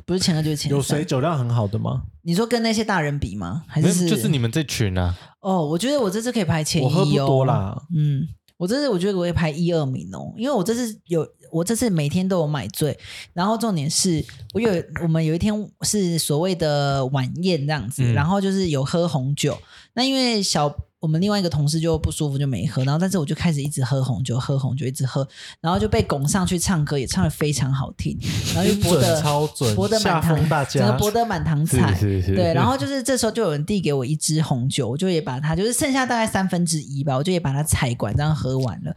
Speaker 2: 不是前二就是前三。
Speaker 1: 有谁酒量很好的吗？
Speaker 2: 你说跟那些大人比吗？还
Speaker 3: 没有
Speaker 2: 是
Speaker 3: 就是你们这群啊，
Speaker 2: 哦，我觉得我这次可以排前一、哦，
Speaker 1: 我喝不多。啦，
Speaker 2: 嗯，我这次我觉得我也排一二名哦，因为我这次有我这次每天都有买醉，然后重点是我有我们有一天是所谓的晚宴这样子，
Speaker 3: 嗯
Speaker 2: 然后就是有喝红酒，那因为小。我们另外一个同事就不舒服，就没喝。然后，但是我就开始一直喝红酒，喝红酒，一直喝，然后就被拱上去唱歌，也唱的非常好听，然后就哎博得
Speaker 1: 准超准
Speaker 2: 博得
Speaker 1: 吓
Speaker 2: 满
Speaker 1: 疯
Speaker 2: 堂，
Speaker 1: 大家
Speaker 2: 整个博得满堂彩。
Speaker 3: 是是
Speaker 2: 哎对，然 后就是这时候就有人递给我一支红酒，我就也把它，就是剩下大概三分之一吧，我就也把它采管这样喝完了。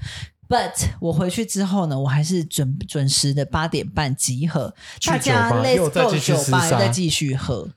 Speaker 2: But 我回去之后呢，我还是准准时的八点半集合，
Speaker 1: 去
Speaker 2: 大家
Speaker 1: 酒吧
Speaker 2: Let's
Speaker 3: 又再
Speaker 2: go
Speaker 3: 继续
Speaker 2: 酒吧
Speaker 3: 厮
Speaker 2: 又
Speaker 3: 杀
Speaker 2: 再继续喝，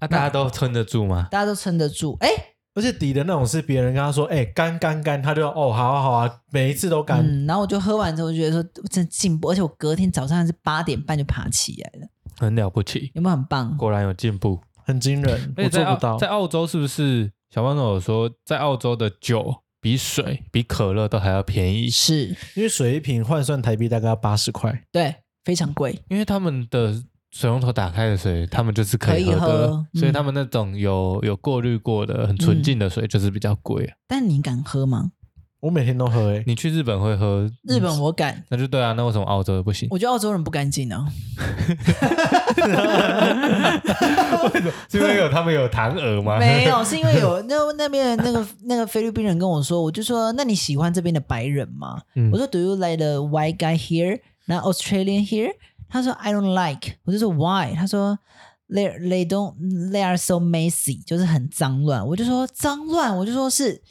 Speaker 3: 啊，大家都撑得住吗？
Speaker 2: 大家都撑得住。哎，
Speaker 1: 而且底的那种是别人跟他说，哎、干干干，他就哦，好啊好啊，每一次都干，
Speaker 2: 嗯，然后我就喝完之后，我就觉得说我真的进步，而且我隔天早上是八点半就爬起来了，
Speaker 3: 很了不起，
Speaker 2: 有没有很棒？
Speaker 3: 果然有进步。
Speaker 1: 很惊人，
Speaker 3: 而
Speaker 1: 我
Speaker 3: 且
Speaker 1: 做
Speaker 3: 在
Speaker 1: 不
Speaker 3: 澳
Speaker 1: 到
Speaker 3: 在。澳洲是不是小帮手有说，在澳洲的酒比水比可乐都还要便宜？
Speaker 2: 是，
Speaker 1: 因为水一瓶换算台币大概要八十块，
Speaker 2: 对，非常贵。
Speaker 3: 因为他们的水龙头打开的水，他们就是可以
Speaker 2: 可以
Speaker 3: 喝的，
Speaker 2: 喝嗯
Speaker 3: 所以他们那种有有过滤过的、很纯净的水就是比较贵。
Speaker 2: 但你敢喝吗？
Speaker 1: 我每天都喝、哎，
Speaker 3: 你去日本会喝
Speaker 2: 日本我敢，
Speaker 3: 那就对啊，那为什么澳洲的不行？
Speaker 2: 我觉得澳洲人不干净啊。
Speaker 3: 是因为有他们有弹耳 吗
Speaker 2: 没有，是因为有那那边那个那个菲律宾人跟我说，我就说那你喜欢这边的白人吗？
Speaker 3: 嗯
Speaker 2: 我说 Do you like the white guy here？然后 Australian here？他说 I don't like。我就说 Why？他说 They they don't they are so messy，就是很脏乱。我就说脏乱，我就说是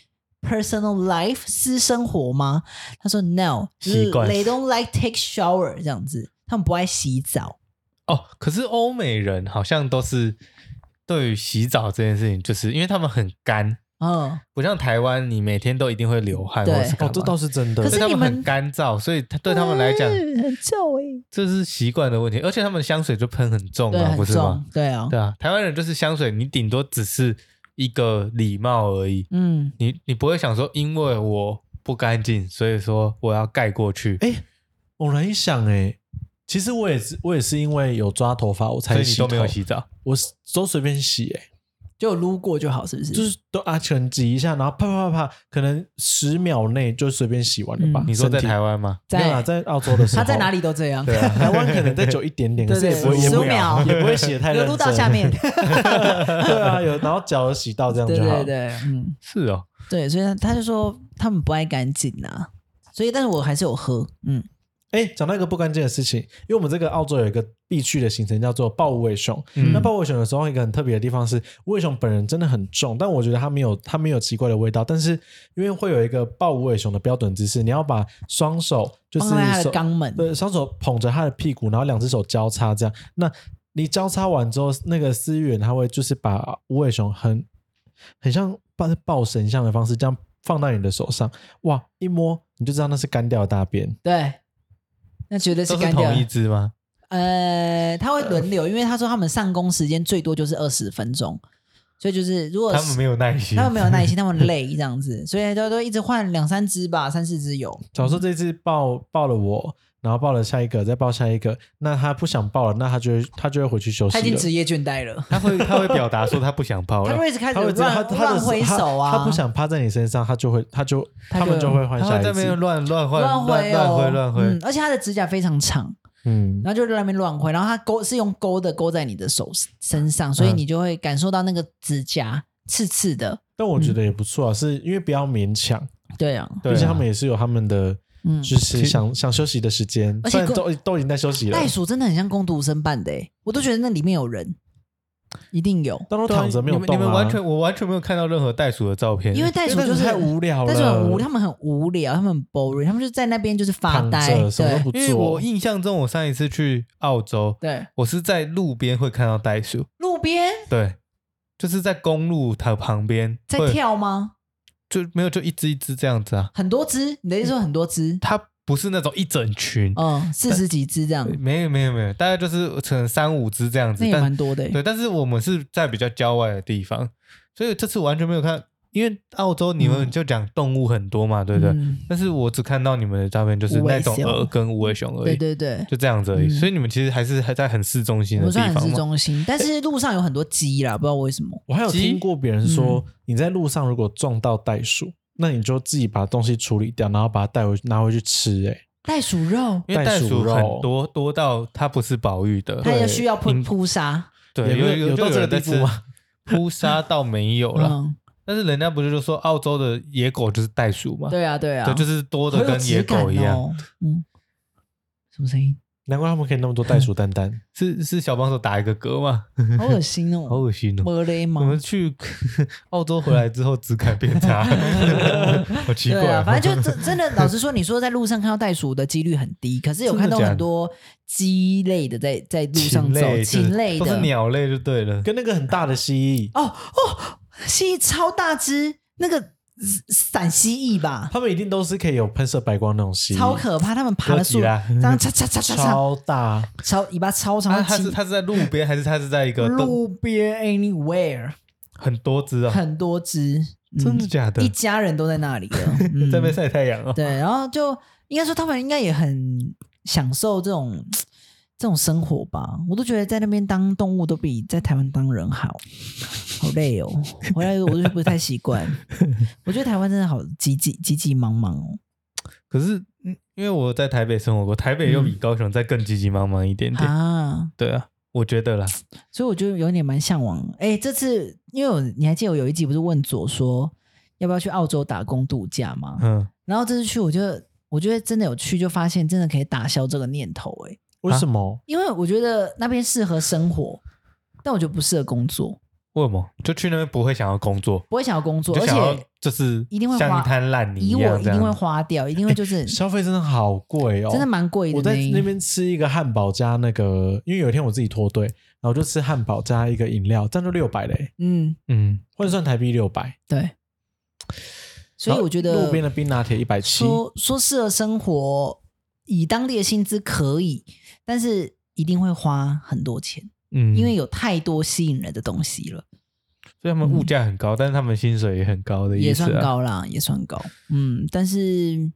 Speaker 2: personal life 私生活吗？他说 No，就是
Speaker 1: 习惯
Speaker 2: They don't like take shower 这样子，他们不爱洗澡。
Speaker 3: 哦，可是欧美人好像都是对于洗澡这件事情，就是因为他们很干，
Speaker 2: 嗯，
Speaker 3: 不像台湾，你每天都一定会流汗或
Speaker 2: 对
Speaker 3: 者是干
Speaker 1: 哦
Speaker 3: 嘛，
Speaker 1: 这倒是真的
Speaker 2: 可。
Speaker 3: 所以
Speaker 2: 是
Speaker 3: 他
Speaker 2: 你
Speaker 3: 们
Speaker 2: 们
Speaker 3: 很干燥，所以他对他们来讲，
Speaker 2: 嗯很臭哎、
Speaker 3: 这是习惯的问题。而且他们香水就喷很重
Speaker 2: 对，
Speaker 3: 啊，不
Speaker 2: 很
Speaker 3: 是吗
Speaker 2: 重？，对啊，
Speaker 3: 对啊，台湾人就是香水，你顶多只是一个礼貌而已，
Speaker 2: 嗯。
Speaker 3: 你你不会想说，因为我不干净，所以说我要盖过去。
Speaker 1: 哎、猛然一想、哎，其实我也是我也是因为有抓头发
Speaker 3: 所
Speaker 1: 我才
Speaker 3: 以你
Speaker 1: 洗头，
Speaker 3: 都没有洗澡，
Speaker 1: 我是都随便洗、哎，
Speaker 2: 就撸过就好，是不是？
Speaker 1: 就是都啊，可能挤一下，然后啪啪啪啪，可能十秒内就随便洗完了吧。
Speaker 2: 嗯
Speaker 3: 你说在
Speaker 1: 身体
Speaker 3: 台湾吗？
Speaker 1: 没有啦
Speaker 2: 在
Speaker 1: 在澳洲的时候，
Speaker 2: 他在哪？里都这样，
Speaker 3: 对 啊，
Speaker 1: 台湾可能再久一点点，可
Speaker 2: 对
Speaker 1: 是也
Speaker 2: 对
Speaker 1: 不会
Speaker 2: 对，
Speaker 1: 也
Speaker 2: 十
Speaker 1: 不
Speaker 2: 五
Speaker 1: 会
Speaker 2: 秒
Speaker 1: 也不会洗得太
Speaker 2: 流
Speaker 1: 认真
Speaker 2: 入到下面，
Speaker 1: 对啊，有然后脚有洗到这样
Speaker 2: 对
Speaker 1: 就好
Speaker 2: 对。对，嗯，
Speaker 3: 是哦，
Speaker 2: 对，所以他他就说他们不爱干净啊，所以但是我还是有喝，嗯，
Speaker 1: 哎，讲到一个不干净的事情，因为我们这个澳洲有一个必去的行程叫做豹尾熊。
Speaker 3: 嗯
Speaker 1: 那豹尾熊的时候，一个很特别的地方是，尾熊本人真的很重，但我觉得它没有它没有奇怪的味道，但是因为会有一个豹尾熊的标准姿势，你要把双手就是
Speaker 2: 放在他
Speaker 1: 手
Speaker 2: 的肛门，
Speaker 1: 对，呃双手捧着他的屁股，然后两只手交叉这样。那你交叉完之后，那个思远他会就是把无尾熊很很像抱抱神像的方式这样放到你的手上，哇，一摸你就知道那是干掉的大便。
Speaker 2: 对，那绝对是
Speaker 3: 都
Speaker 2: 干
Speaker 3: 是
Speaker 2: 掉
Speaker 3: 同一
Speaker 2: 的。
Speaker 3: 只吗？
Speaker 2: 呃，他会轮流，因为他说他们上工时间最多就是二十分钟，所以就是如果
Speaker 3: 他们没有耐心，
Speaker 2: 他们没有耐心，他们累这样子，所以他都一直换两三只吧，三四只有，
Speaker 1: 假如说这次抱抱了我，然后抱了下一个，再抱下一个，那他不想抱了，那他就会他就会回去休息
Speaker 2: 他已经
Speaker 1: 了。
Speaker 2: 职业倦怠了。
Speaker 3: 他会他会表达说他不想泡
Speaker 2: 他
Speaker 3: 了，
Speaker 2: 会一直开始
Speaker 1: 他会知道他
Speaker 2: 乱
Speaker 1: 他的
Speaker 2: 乱挥手啊，
Speaker 1: 他，他不想趴在你身上，他就会他就
Speaker 2: 他
Speaker 1: 他们
Speaker 2: 就
Speaker 1: 就会换
Speaker 3: 他
Speaker 1: 下
Speaker 3: 会
Speaker 1: 一
Speaker 3: 在那边
Speaker 1: 只。
Speaker 3: 乱乱换乱
Speaker 2: 乱挥
Speaker 3: 乱
Speaker 2: 哦，
Speaker 3: 挥乱挥
Speaker 2: 嗯，，而且他的指甲非常长，
Speaker 1: 嗯，
Speaker 2: 然后就在那边乱挥，然后他勾是用勾的勾在你的手身上，所以
Speaker 1: 嗯
Speaker 2: 你就会感受到那个指甲刺刺的。
Speaker 1: 但我觉得也不错啊，是因为不要勉强。
Speaker 2: 对啊，
Speaker 3: 对啊
Speaker 1: 毕竟他们也是有他们的，
Speaker 2: 嗯
Speaker 1: 就是想想休息的时间，
Speaker 2: 而且
Speaker 1: 虽然
Speaker 2: 更
Speaker 1: 都都已经在休息了
Speaker 2: 袋，鼠真的很像工读生办的、欸，我都觉得那里面有人，一定有，
Speaker 1: 但都
Speaker 3: 对啊
Speaker 1: 躺着没有
Speaker 3: 你们
Speaker 1: 动
Speaker 3: 你们
Speaker 1: 啊
Speaker 3: 完全我完全没有看到任何袋鼠的照片，
Speaker 2: 因为袋
Speaker 1: 因
Speaker 2: 鼠
Speaker 1: 为
Speaker 2: 就是
Speaker 1: 太无聊了，
Speaker 2: 袋鼠很无，他们很无聊，他们很 boring，他们就在那边就是发
Speaker 1: 躺
Speaker 2: 呆
Speaker 1: 着，什么
Speaker 2: 对
Speaker 1: 都不
Speaker 3: 因为我
Speaker 1: 做。
Speaker 3: 印象中我上一次去澳洲，
Speaker 2: 对，
Speaker 3: 我是在路边会看到袋鼠，
Speaker 2: 路边
Speaker 3: 对，就是在公路它旁边
Speaker 2: 在
Speaker 3: 会
Speaker 2: 跳吗？
Speaker 3: 就没有就一只一只这样子啊，
Speaker 2: 很多只？你的意思说很多只？
Speaker 3: 它不是那种一整群，
Speaker 2: 嗯，四十几只这样，
Speaker 3: 没有没有没有，大概就是可能三五只这样子
Speaker 2: 那，也
Speaker 3: 但
Speaker 2: 蛮多的欸。
Speaker 3: 对，但是我们是在比较郊外的地方，所以这次完全没有看，因为澳洲你们
Speaker 2: 嗯
Speaker 3: 就讲动物很多嘛，对不对？
Speaker 2: 嗯
Speaker 3: 但是我只看到你们的照片，就是
Speaker 2: 无尾
Speaker 3: 那种
Speaker 2: 熊
Speaker 3: 鹅跟无尾熊而已，
Speaker 2: 对对对，
Speaker 3: 就这样子而已。
Speaker 2: 嗯
Speaker 3: 所以你们其实还是还在很市中心的
Speaker 2: 我们
Speaker 3: 地
Speaker 2: 算很
Speaker 3: 方
Speaker 2: 市
Speaker 3: 嘛。
Speaker 2: 中心，但是路上有很多鸡啦，不知道为什么。
Speaker 1: 我还有
Speaker 3: 鸡
Speaker 1: 听过别人说，
Speaker 3: 嗯
Speaker 1: 你在路上如果撞到袋鼠，那你就自己把东西处理掉，然后把它带回拿回去吃、欸。
Speaker 2: 袋鼠肉，
Speaker 3: 因为袋鼠
Speaker 1: 袋鼠肉
Speaker 3: 很多多到它不是保育的，
Speaker 2: 它
Speaker 1: 对
Speaker 2: 也需要扑
Speaker 3: 应
Speaker 2: 扑杀。
Speaker 1: 有
Speaker 3: 对，
Speaker 1: 没有
Speaker 3: 有
Speaker 1: 有
Speaker 3: 就
Speaker 1: 到这
Speaker 3: 人
Speaker 1: 个
Speaker 3: 在
Speaker 1: 地步
Speaker 3: 吃
Speaker 1: 吗？
Speaker 3: 扑杀倒没有啦，
Speaker 2: 嗯，
Speaker 3: 但是人家不是就说澳洲的野狗就是袋鼠嘛？
Speaker 2: 对啊，对啊，
Speaker 3: 对，就是多的
Speaker 2: 好有
Speaker 3: 跟野
Speaker 2: 质感
Speaker 3: 狗一样。
Speaker 2: 哦。嗯，什么声音？
Speaker 1: 难怪他们可以那么多袋鼠蛋蛋。
Speaker 3: 是是小帮手打一个嗝吗？
Speaker 2: 好 恶心哦，
Speaker 3: 好恶心哦！
Speaker 2: 摸勒
Speaker 3: 我
Speaker 2: 吗
Speaker 3: 们？去 澳洲回来之后质感变 差，好奇怪
Speaker 2: 对啊，
Speaker 3: 哦。
Speaker 2: 反正 就真真的，老实说，你说在路上看到袋鼠的几率很低，可是有
Speaker 3: 真的
Speaker 2: 看到
Speaker 3: 假的
Speaker 2: 很多鸡类的在在路上
Speaker 3: 禽类
Speaker 2: 走，
Speaker 3: 就是
Speaker 2: 禽类
Speaker 3: 都是
Speaker 2: 的。
Speaker 3: 鸟类就对了。
Speaker 1: 跟那个很大的蜥蜴，
Speaker 2: 哦哦，蜥蜴超大只，那个伞蜥蜴吧，
Speaker 1: 他们一定都是可以有喷射白光那种蜥蜴，
Speaker 2: 超可怕，它们爬
Speaker 3: 哥
Speaker 2: 了
Speaker 3: 吉
Speaker 2: 树，
Speaker 3: 拉
Speaker 2: 这样嚓嚓嚓嚓嚓，
Speaker 1: 超大，
Speaker 2: 超尾巴超
Speaker 3: 啊，
Speaker 2: 长，
Speaker 3: 它是
Speaker 2: 几
Speaker 3: 它是在路边还是它是在一个
Speaker 2: 路边 anywhere
Speaker 3: 很多只啊？
Speaker 2: 很多只，嗯
Speaker 3: 真的假的
Speaker 2: 一？家人都在那里了， 嗯
Speaker 3: 在那边晒太阳哦。
Speaker 2: 对，然后就应该说他们应该也很享受这种这种生活吧。我都觉得在那边当动物都比在台湾当人好， 好累哦。回来我就不太习 惯，我觉得台湾真的好急急急急忙忙哦。
Speaker 3: 可是嗯，因为我在台北生活过，台北又比高雄再更急急忙忙一点点。
Speaker 2: 嗯啊，
Speaker 3: 对啊，我觉得啦，
Speaker 2: 所以我就有点蛮向往。哎，这次因为我你还记得我有一集不是问左说要不要去澳洲打工度假吗？
Speaker 3: 嗯，
Speaker 2: 然后这次去我就我觉得真的有去，就发现真的可以打消这个念头、哎。
Speaker 1: 为什么？
Speaker 2: 因为我觉得那边适合生活，但我觉得不适合工作，
Speaker 3: 为什么就去那边不会想要工作？
Speaker 2: 不会想要工作，
Speaker 3: 就
Speaker 2: 而
Speaker 3: 想要
Speaker 2: 且
Speaker 3: 就是
Speaker 2: 一定会
Speaker 3: 像
Speaker 2: 花
Speaker 3: 一滩烂泥
Speaker 2: 以我
Speaker 3: 样哎
Speaker 2: 一
Speaker 3: 这
Speaker 2: 定会
Speaker 3: 样。
Speaker 2: 花掉，一 定会就是
Speaker 1: 消费真的好贵哦，
Speaker 2: 真的蛮贵的
Speaker 1: 我在
Speaker 2: 呢
Speaker 1: 那边吃一个汉堡加那个，因为有一天我自己脱队，然后就吃汉堡加一个饮料，这样就六百嘞，
Speaker 2: 嗯
Speaker 3: 嗯，
Speaker 1: 换算台币六百。
Speaker 2: 对，所以我觉得
Speaker 1: 然后路边的冰拿铁一百七，
Speaker 2: 说哦说适合生活，以当地的薪资可以，但是一定会花很多钱，
Speaker 3: 嗯，
Speaker 2: 因为有太多吸引人的东西了，
Speaker 3: 所以他们物价很高，但是他们薪水也很高的意
Speaker 2: 嗯也
Speaker 3: 思、啊，
Speaker 2: 算高啦，也算高，嗯，但是。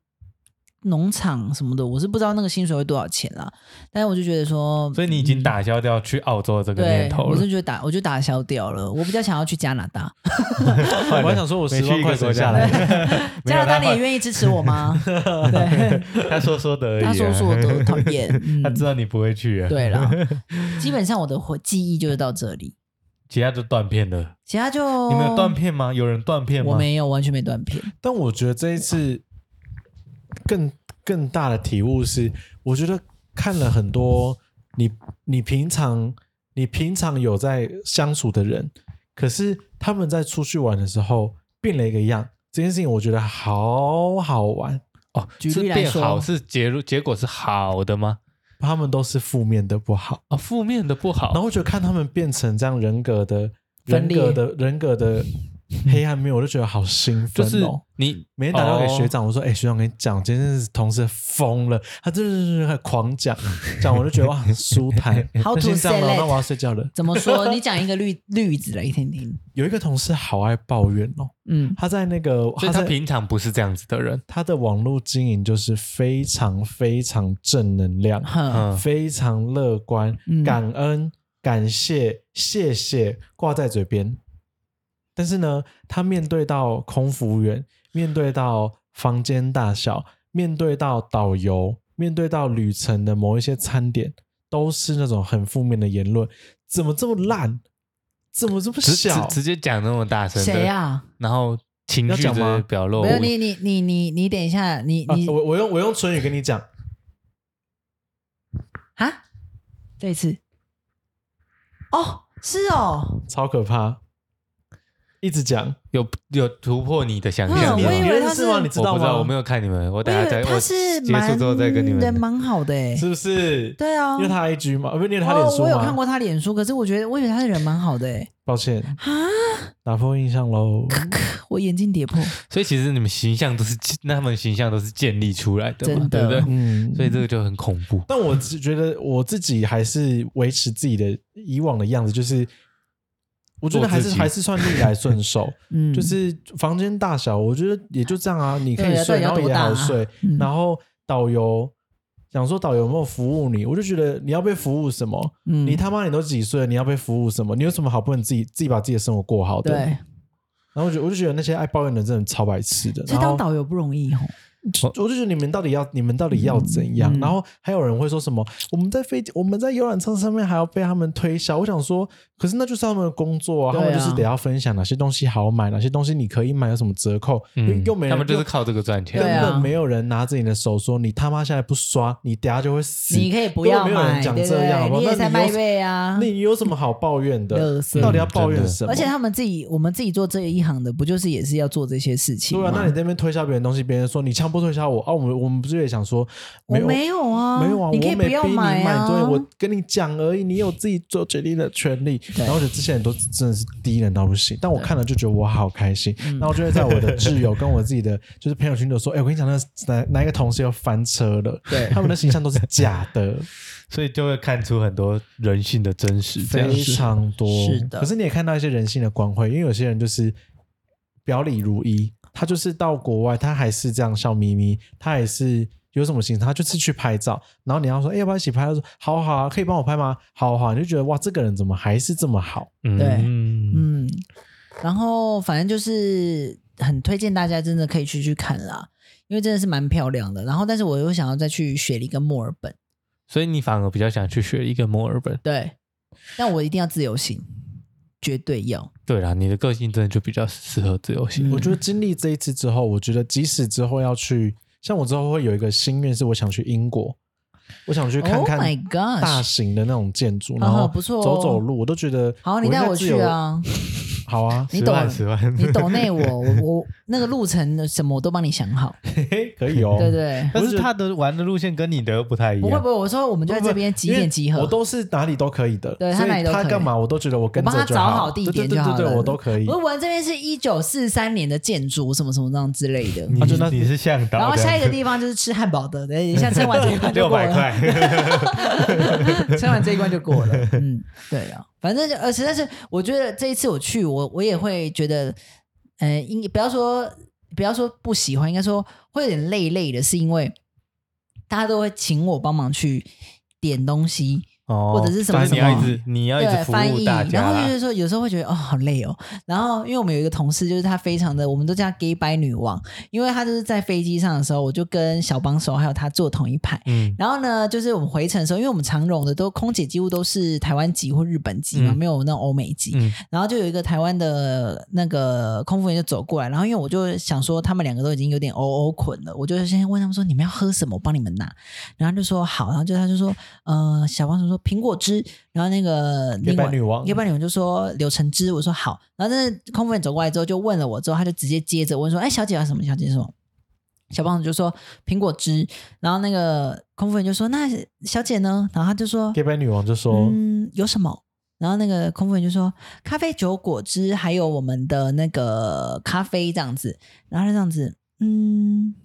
Speaker 2: 农场什么的，我是不知道那个薪水会多少钱啦。但是我就觉得说，
Speaker 3: 所以你已经
Speaker 2: 嗯
Speaker 3: 打消掉去澳洲的这个念
Speaker 2: 对，
Speaker 3: 头
Speaker 2: 我
Speaker 3: 了
Speaker 2: 是。觉得打，我就打消掉了。我比较想要去加拿大，
Speaker 1: 我还想说我
Speaker 3: 每
Speaker 1: 十
Speaker 3: 去
Speaker 1: 万
Speaker 3: 一
Speaker 1: 块
Speaker 3: 个
Speaker 1: 省
Speaker 3: 国
Speaker 1: 下
Speaker 3: 家
Speaker 1: 来，
Speaker 2: 加拿大你也
Speaker 3: 意？
Speaker 2: 愿意支持我吗？ 对，
Speaker 3: 他说说的而已、啊，
Speaker 2: 他说说的 讨厌嗯
Speaker 3: 他知道你不会去、啊，
Speaker 2: 对啦，基本上我的回记忆就是到这里，
Speaker 3: 其他就断片了。
Speaker 2: 其他就
Speaker 3: 你们有断，片吗？有人断片吗？
Speaker 2: 哦我没有，完全没断 片。
Speaker 1: 但我觉得这一次更更大的体悟是，我觉得看了很多你你平常你平常有在相处的人，可是他们在出去玩的时候变了一个样，这件事情我觉得好好玩。
Speaker 3: 哦，
Speaker 2: 举
Speaker 3: 是
Speaker 2: 例来
Speaker 3: 变
Speaker 2: 说
Speaker 3: 好是结论结果是好的吗？
Speaker 1: 他们都是负面的不好，
Speaker 3: 哦，负面的不
Speaker 1: 然
Speaker 3: 好，
Speaker 1: 后我觉得看他们变成这样人格的
Speaker 2: 分
Speaker 1: 人
Speaker 2: 裂
Speaker 1: 格的人格 的黑暗面，我就觉得好兴
Speaker 3: 就
Speaker 1: 奋
Speaker 3: 是
Speaker 1: 哦。
Speaker 3: 你
Speaker 1: 每天打电话给
Speaker 3: 哦
Speaker 1: 学长，我说：“哎、学长，我跟你讲，今天是同事疯了，他就是很狂讲 讲，我就觉得哇，很舒 坦。
Speaker 2: How to
Speaker 1: 那先这样
Speaker 2: say
Speaker 1: 了，那我要
Speaker 2: that？
Speaker 1: 睡觉了。
Speaker 2: 怎么 说？你讲一个例例子来听听。
Speaker 1: 有一个同事好爱抱怨哦，
Speaker 2: 嗯，
Speaker 1: 他在那个
Speaker 3: 哦所以
Speaker 1: 他
Speaker 3: 他
Speaker 1: 在
Speaker 3: 平常不是这样子的人，
Speaker 1: 他的网络经营就是非常非常正能量，
Speaker 2: 哼，
Speaker 3: 嗯，
Speaker 1: 非常乐观，
Speaker 2: 嗯
Speaker 1: 感恩、感谢、谢谢挂在嘴边。但是呢，他面对到空服务员，面对到房间大小，面对到导游，面对到旅程的某一些餐点，都是那种很负面的言论。怎么这么烂？怎么这么
Speaker 3: 直直
Speaker 1: 小？
Speaker 3: 直接讲那么大声，
Speaker 2: 谁？呀？
Speaker 3: 然后情
Speaker 1: 要
Speaker 3: 绪
Speaker 1: 讲吗
Speaker 3: 的表露无
Speaker 2: 没有
Speaker 3: 遗，
Speaker 2: 你你你你你等一下，你
Speaker 1: 哦啊
Speaker 2: 你
Speaker 1: 我我用我用唇语跟你讲，
Speaker 2: 啊，这一次哦，是哦，
Speaker 1: 超可怕。一直讲，
Speaker 3: 有有突破你的想
Speaker 2: 啊，
Speaker 3: 象
Speaker 2: 我
Speaker 3: 力吗？
Speaker 2: 以为他
Speaker 1: 是吗？你知
Speaker 3: 我
Speaker 1: 道
Speaker 3: 不知道，
Speaker 1: 吗？
Speaker 3: 我没有看你们，我等
Speaker 1: 啊
Speaker 2: 我
Speaker 3: 下再
Speaker 2: 以为
Speaker 3: 我
Speaker 2: 他是
Speaker 3: 结束之后再跟你
Speaker 2: 蛮人
Speaker 3: 们。
Speaker 2: 蛮好的哎、
Speaker 1: 是不是？
Speaker 2: 对啊，
Speaker 1: 因为他 IG 嘛，呃不，因为他脸
Speaker 2: 哦，
Speaker 1: 书嘛。
Speaker 2: 我有看过他脸书，可是我觉得我以为他的人蛮好的哎、
Speaker 1: 抱歉，
Speaker 2: 啊，
Speaker 1: 打破印 象喽。
Speaker 2: 我眼镜跌破，
Speaker 3: 所以其实你们形象都是那他们形象都是建立出来的嘛，
Speaker 2: 真的
Speaker 3: 对不对？
Speaker 1: 嗯，
Speaker 3: 所以这个就很恐怖。
Speaker 1: 但我只觉得我自己还是维持自己的以往的样子，就是我觉得还
Speaker 3: 做
Speaker 1: 是
Speaker 3: 自己
Speaker 1: 还是算逆来 顺受，
Speaker 2: 嗯，
Speaker 1: 就是房间大小，我觉得也就这样啊，你可
Speaker 2: 对
Speaker 1: 以
Speaker 2: 啊
Speaker 1: 睡，
Speaker 2: 到底要
Speaker 1: 然后
Speaker 2: 多
Speaker 1: 也
Speaker 2: 大啊
Speaker 1: 好睡，
Speaker 2: 嗯
Speaker 1: 然后导游。想说导游有没有服务你，我就觉得你要被服务什么？
Speaker 2: 嗯
Speaker 1: 你他妈你都几岁了，你要被服务什么？你有什么好不能自己自己把自己的生活过好的？
Speaker 2: 对，
Speaker 1: 然后我就我就觉得那些爱抱怨的人真的超白痴的。
Speaker 2: 其实
Speaker 1: 然
Speaker 2: 当
Speaker 1: 后
Speaker 2: 导游不容易吼，
Speaker 1: 我就觉得你们到底要你们到底要怎样？
Speaker 2: 嗯
Speaker 1: 然后还有人会说什么我们在飞机我们在游览车上面还要被他们推销，我想说，可是那就是他们的工作啊，
Speaker 2: 对
Speaker 1: 他
Speaker 2: 啊
Speaker 1: 们就是得要分享哪些东西好买，哪些东西你可以买，有什么折扣，
Speaker 3: 嗯
Speaker 1: 又又没人
Speaker 3: 他们就是
Speaker 1: 又
Speaker 3: 靠这个赚钱
Speaker 1: 根
Speaker 2: 对。啊
Speaker 1: 本没有人拿着你的手说你他妈现在不刷，你等下就会死。
Speaker 2: 你可以啊不要
Speaker 1: 根本没有
Speaker 2: 买，
Speaker 1: 人讲
Speaker 2: 对不
Speaker 1: 这样，好不
Speaker 2: 对？
Speaker 1: 好？
Speaker 2: 你也在
Speaker 1: 那
Speaker 2: 卖
Speaker 1: 有
Speaker 2: 位啊。
Speaker 1: 你有什么好抱怨的
Speaker 2: 垃？圾
Speaker 1: 到底要抱怨
Speaker 3: 真的
Speaker 1: 什么？
Speaker 2: 而且他们自己，我们自己做这一行的，不就是也是要做这些事情
Speaker 1: 对
Speaker 2: 吗？
Speaker 1: 啊，那你在那边推销别人东西，别人说你强迫推销我啊，我们我们不是也想说
Speaker 2: 我
Speaker 1: 没有
Speaker 2: 没有啊，
Speaker 1: 没有啊，
Speaker 2: 你可
Speaker 1: 我
Speaker 2: 以
Speaker 1: 没
Speaker 2: 不
Speaker 1: 逼
Speaker 2: 要
Speaker 1: 你买，
Speaker 2: 啊。
Speaker 1: 对我跟你讲而已，你有自己做决定的权利。然后我觉得这些人都真的是低能到不行，但我看了就觉得我好开心。
Speaker 2: 嗯
Speaker 1: 然后我就会在我的挚友跟我自己的就是朋友圈里头说，哎、我跟你讲，那哪哪一个同事又翻车了？
Speaker 2: 对
Speaker 1: 他们的形象都是假 的，
Speaker 3: 所以就会看出很多人性的真实，这样
Speaker 1: 非
Speaker 3: 子。
Speaker 1: 常多。
Speaker 2: 是的
Speaker 1: 可是你也看到一些人性的光辉，因为有些人就是表里如一，他就是到国外，他还是这样笑眯眯，他还是。有什么行程，他就是去拍照，然后你要说，哎、要不要一起拍？他说，好啊好啊，可以帮我拍吗？好啊好啊，你就觉得哇，这个人怎么还是这么好？
Speaker 2: 对
Speaker 3: 嗯，
Speaker 2: 嗯，然后反正就是很推荐大家真的可以去去看啦，因为真的是蛮漂亮的。然后，但是我又想要再去雪梨跟墨尔本，
Speaker 3: 所以你反而比较想去学一个墨尔本。
Speaker 2: 对，但我一定要自由行，绝对要。
Speaker 3: 对啦，你的个性真的就比较适合自由行。
Speaker 2: 嗯
Speaker 1: 我觉得经历这一次之后，我觉得即使之后要去，像我之后会有一个心愿，是我想去英国，我想去看
Speaker 2: Oh
Speaker 1: 看
Speaker 2: my
Speaker 1: 大
Speaker 2: gosh！
Speaker 1: 型的那种建筑，然
Speaker 2: 好
Speaker 1: 后
Speaker 2: 好不错哦
Speaker 1: 走走路，我都觉得
Speaker 2: 好，你
Speaker 1: 应
Speaker 2: 带
Speaker 1: 该
Speaker 2: 我
Speaker 1: 自
Speaker 2: 去
Speaker 1: 由，
Speaker 2: 啊，
Speaker 1: 好啊，
Speaker 2: 你
Speaker 3: 十
Speaker 2: 懂
Speaker 3: 万十万，
Speaker 2: 你抖内我，我我那个路程的什么我都帮你想好，
Speaker 1: 嘿嘿， 可以哦，
Speaker 2: 对 对。
Speaker 3: 但是他的玩的路线跟你的又不太一
Speaker 2: 不会
Speaker 3: 样
Speaker 2: 不。会，我说我们就在这边几
Speaker 1: 因为
Speaker 2: 点集合，
Speaker 1: 我都是哪里都可以的，
Speaker 2: 对他
Speaker 1: 所以
Speaker 2: 哪里都可以
Speaker 1: 他干嘛我都觉得我跟
Speaker 2: 我帮他
Speaker 1: 着就
Speaker 2: 找
Speaker 1: 好
Speaker 2: 好地点就
Speaker 1: 对对
Speaker 2: 好
Speaker 1: 对
Speaker 2: 了。
Speaker 1: 对对，我都可以
Speaker 2: 我。们这边是一九四三年的建筑，什么什么这样之类的。
Speaker 3: 你
Speaker 1: 啊就那
Speaker 3: 嗯你是向导，
Speaker 2: 然后下一个地方就是吃汉堡的，等一下撑完这一关 就
Speaker 3: 六
Speaker 2: 过
Speaker 3: 百
Speaker 2: 了，
Speaker 3: 块，
Speaker 2: 撑完这一关就过了。嗯，对啊，反正就呃，实在是我觉得这一次我去，我我也会觉得，呃，应不要说不要说不喜欢，应该说会有点累累的，是因为大家都会请我帮忙去点东西，
Speaker 3: 哦
Speaker 2: 或者是什么
Speaker 3: 反正你
Speaker 2: 什么
Speaker 3: 要一直你要一直
Speaker 2: 对，
Speaker 3: 服
Speaker 2: 翻
Speaker 3: 务
Speaker 2: 译，
Speaker 3: 大家
Speaker 2: 然后
Speaker 3: 啦
Speaker 2: 就。是说，有时候会觉得哦，好累哦。然后，因为我们有一个同事，就是她非常的，我们都叫她 gay 白女王，因为她就是在飞机上的时候，我就跟小帮手还有她坐同一排。
Speaker 3: 嗯，
Speaker 2: 然后呢，就是我们回程的时候，因为我们长荣的都空姐几乎都是台湾籍或日本籍嘛，
Speaker 3: 嗯
Speaker 2: 没有那种欧美籍。
Speaker 3: 嗯
Speaker 2: 然后就有一个台湾的那个空服员就走过来，然后因为我就想说他们两个都已经有点欧欧捆了，我就先问他们说你们要喝什么，我帮你们拿。然后就说好，然后就他就说呃小帮手说苹果汁，然后那个
Speaker 1: 夜班
Speaker 2: 另外
Speaker 1: 女王
Speaker 2: 要不然你们就说柳橙汁，我说好。然后那空服员走过来之后就问了我之后，他就直接接着问说：“哎，小姐要什么？小姐什么？”小帮手就说苹果汁，然后那个空服员就说：“那小姐呢？”然后他就说
Speaker 1: gay 白女王就：“说，
Speaker 2: 嗯，有什么？”然后那个空服员就说：“咖啡、酒、果汁，还有我们的那个咖啡这样子。”然后他这样子，嗯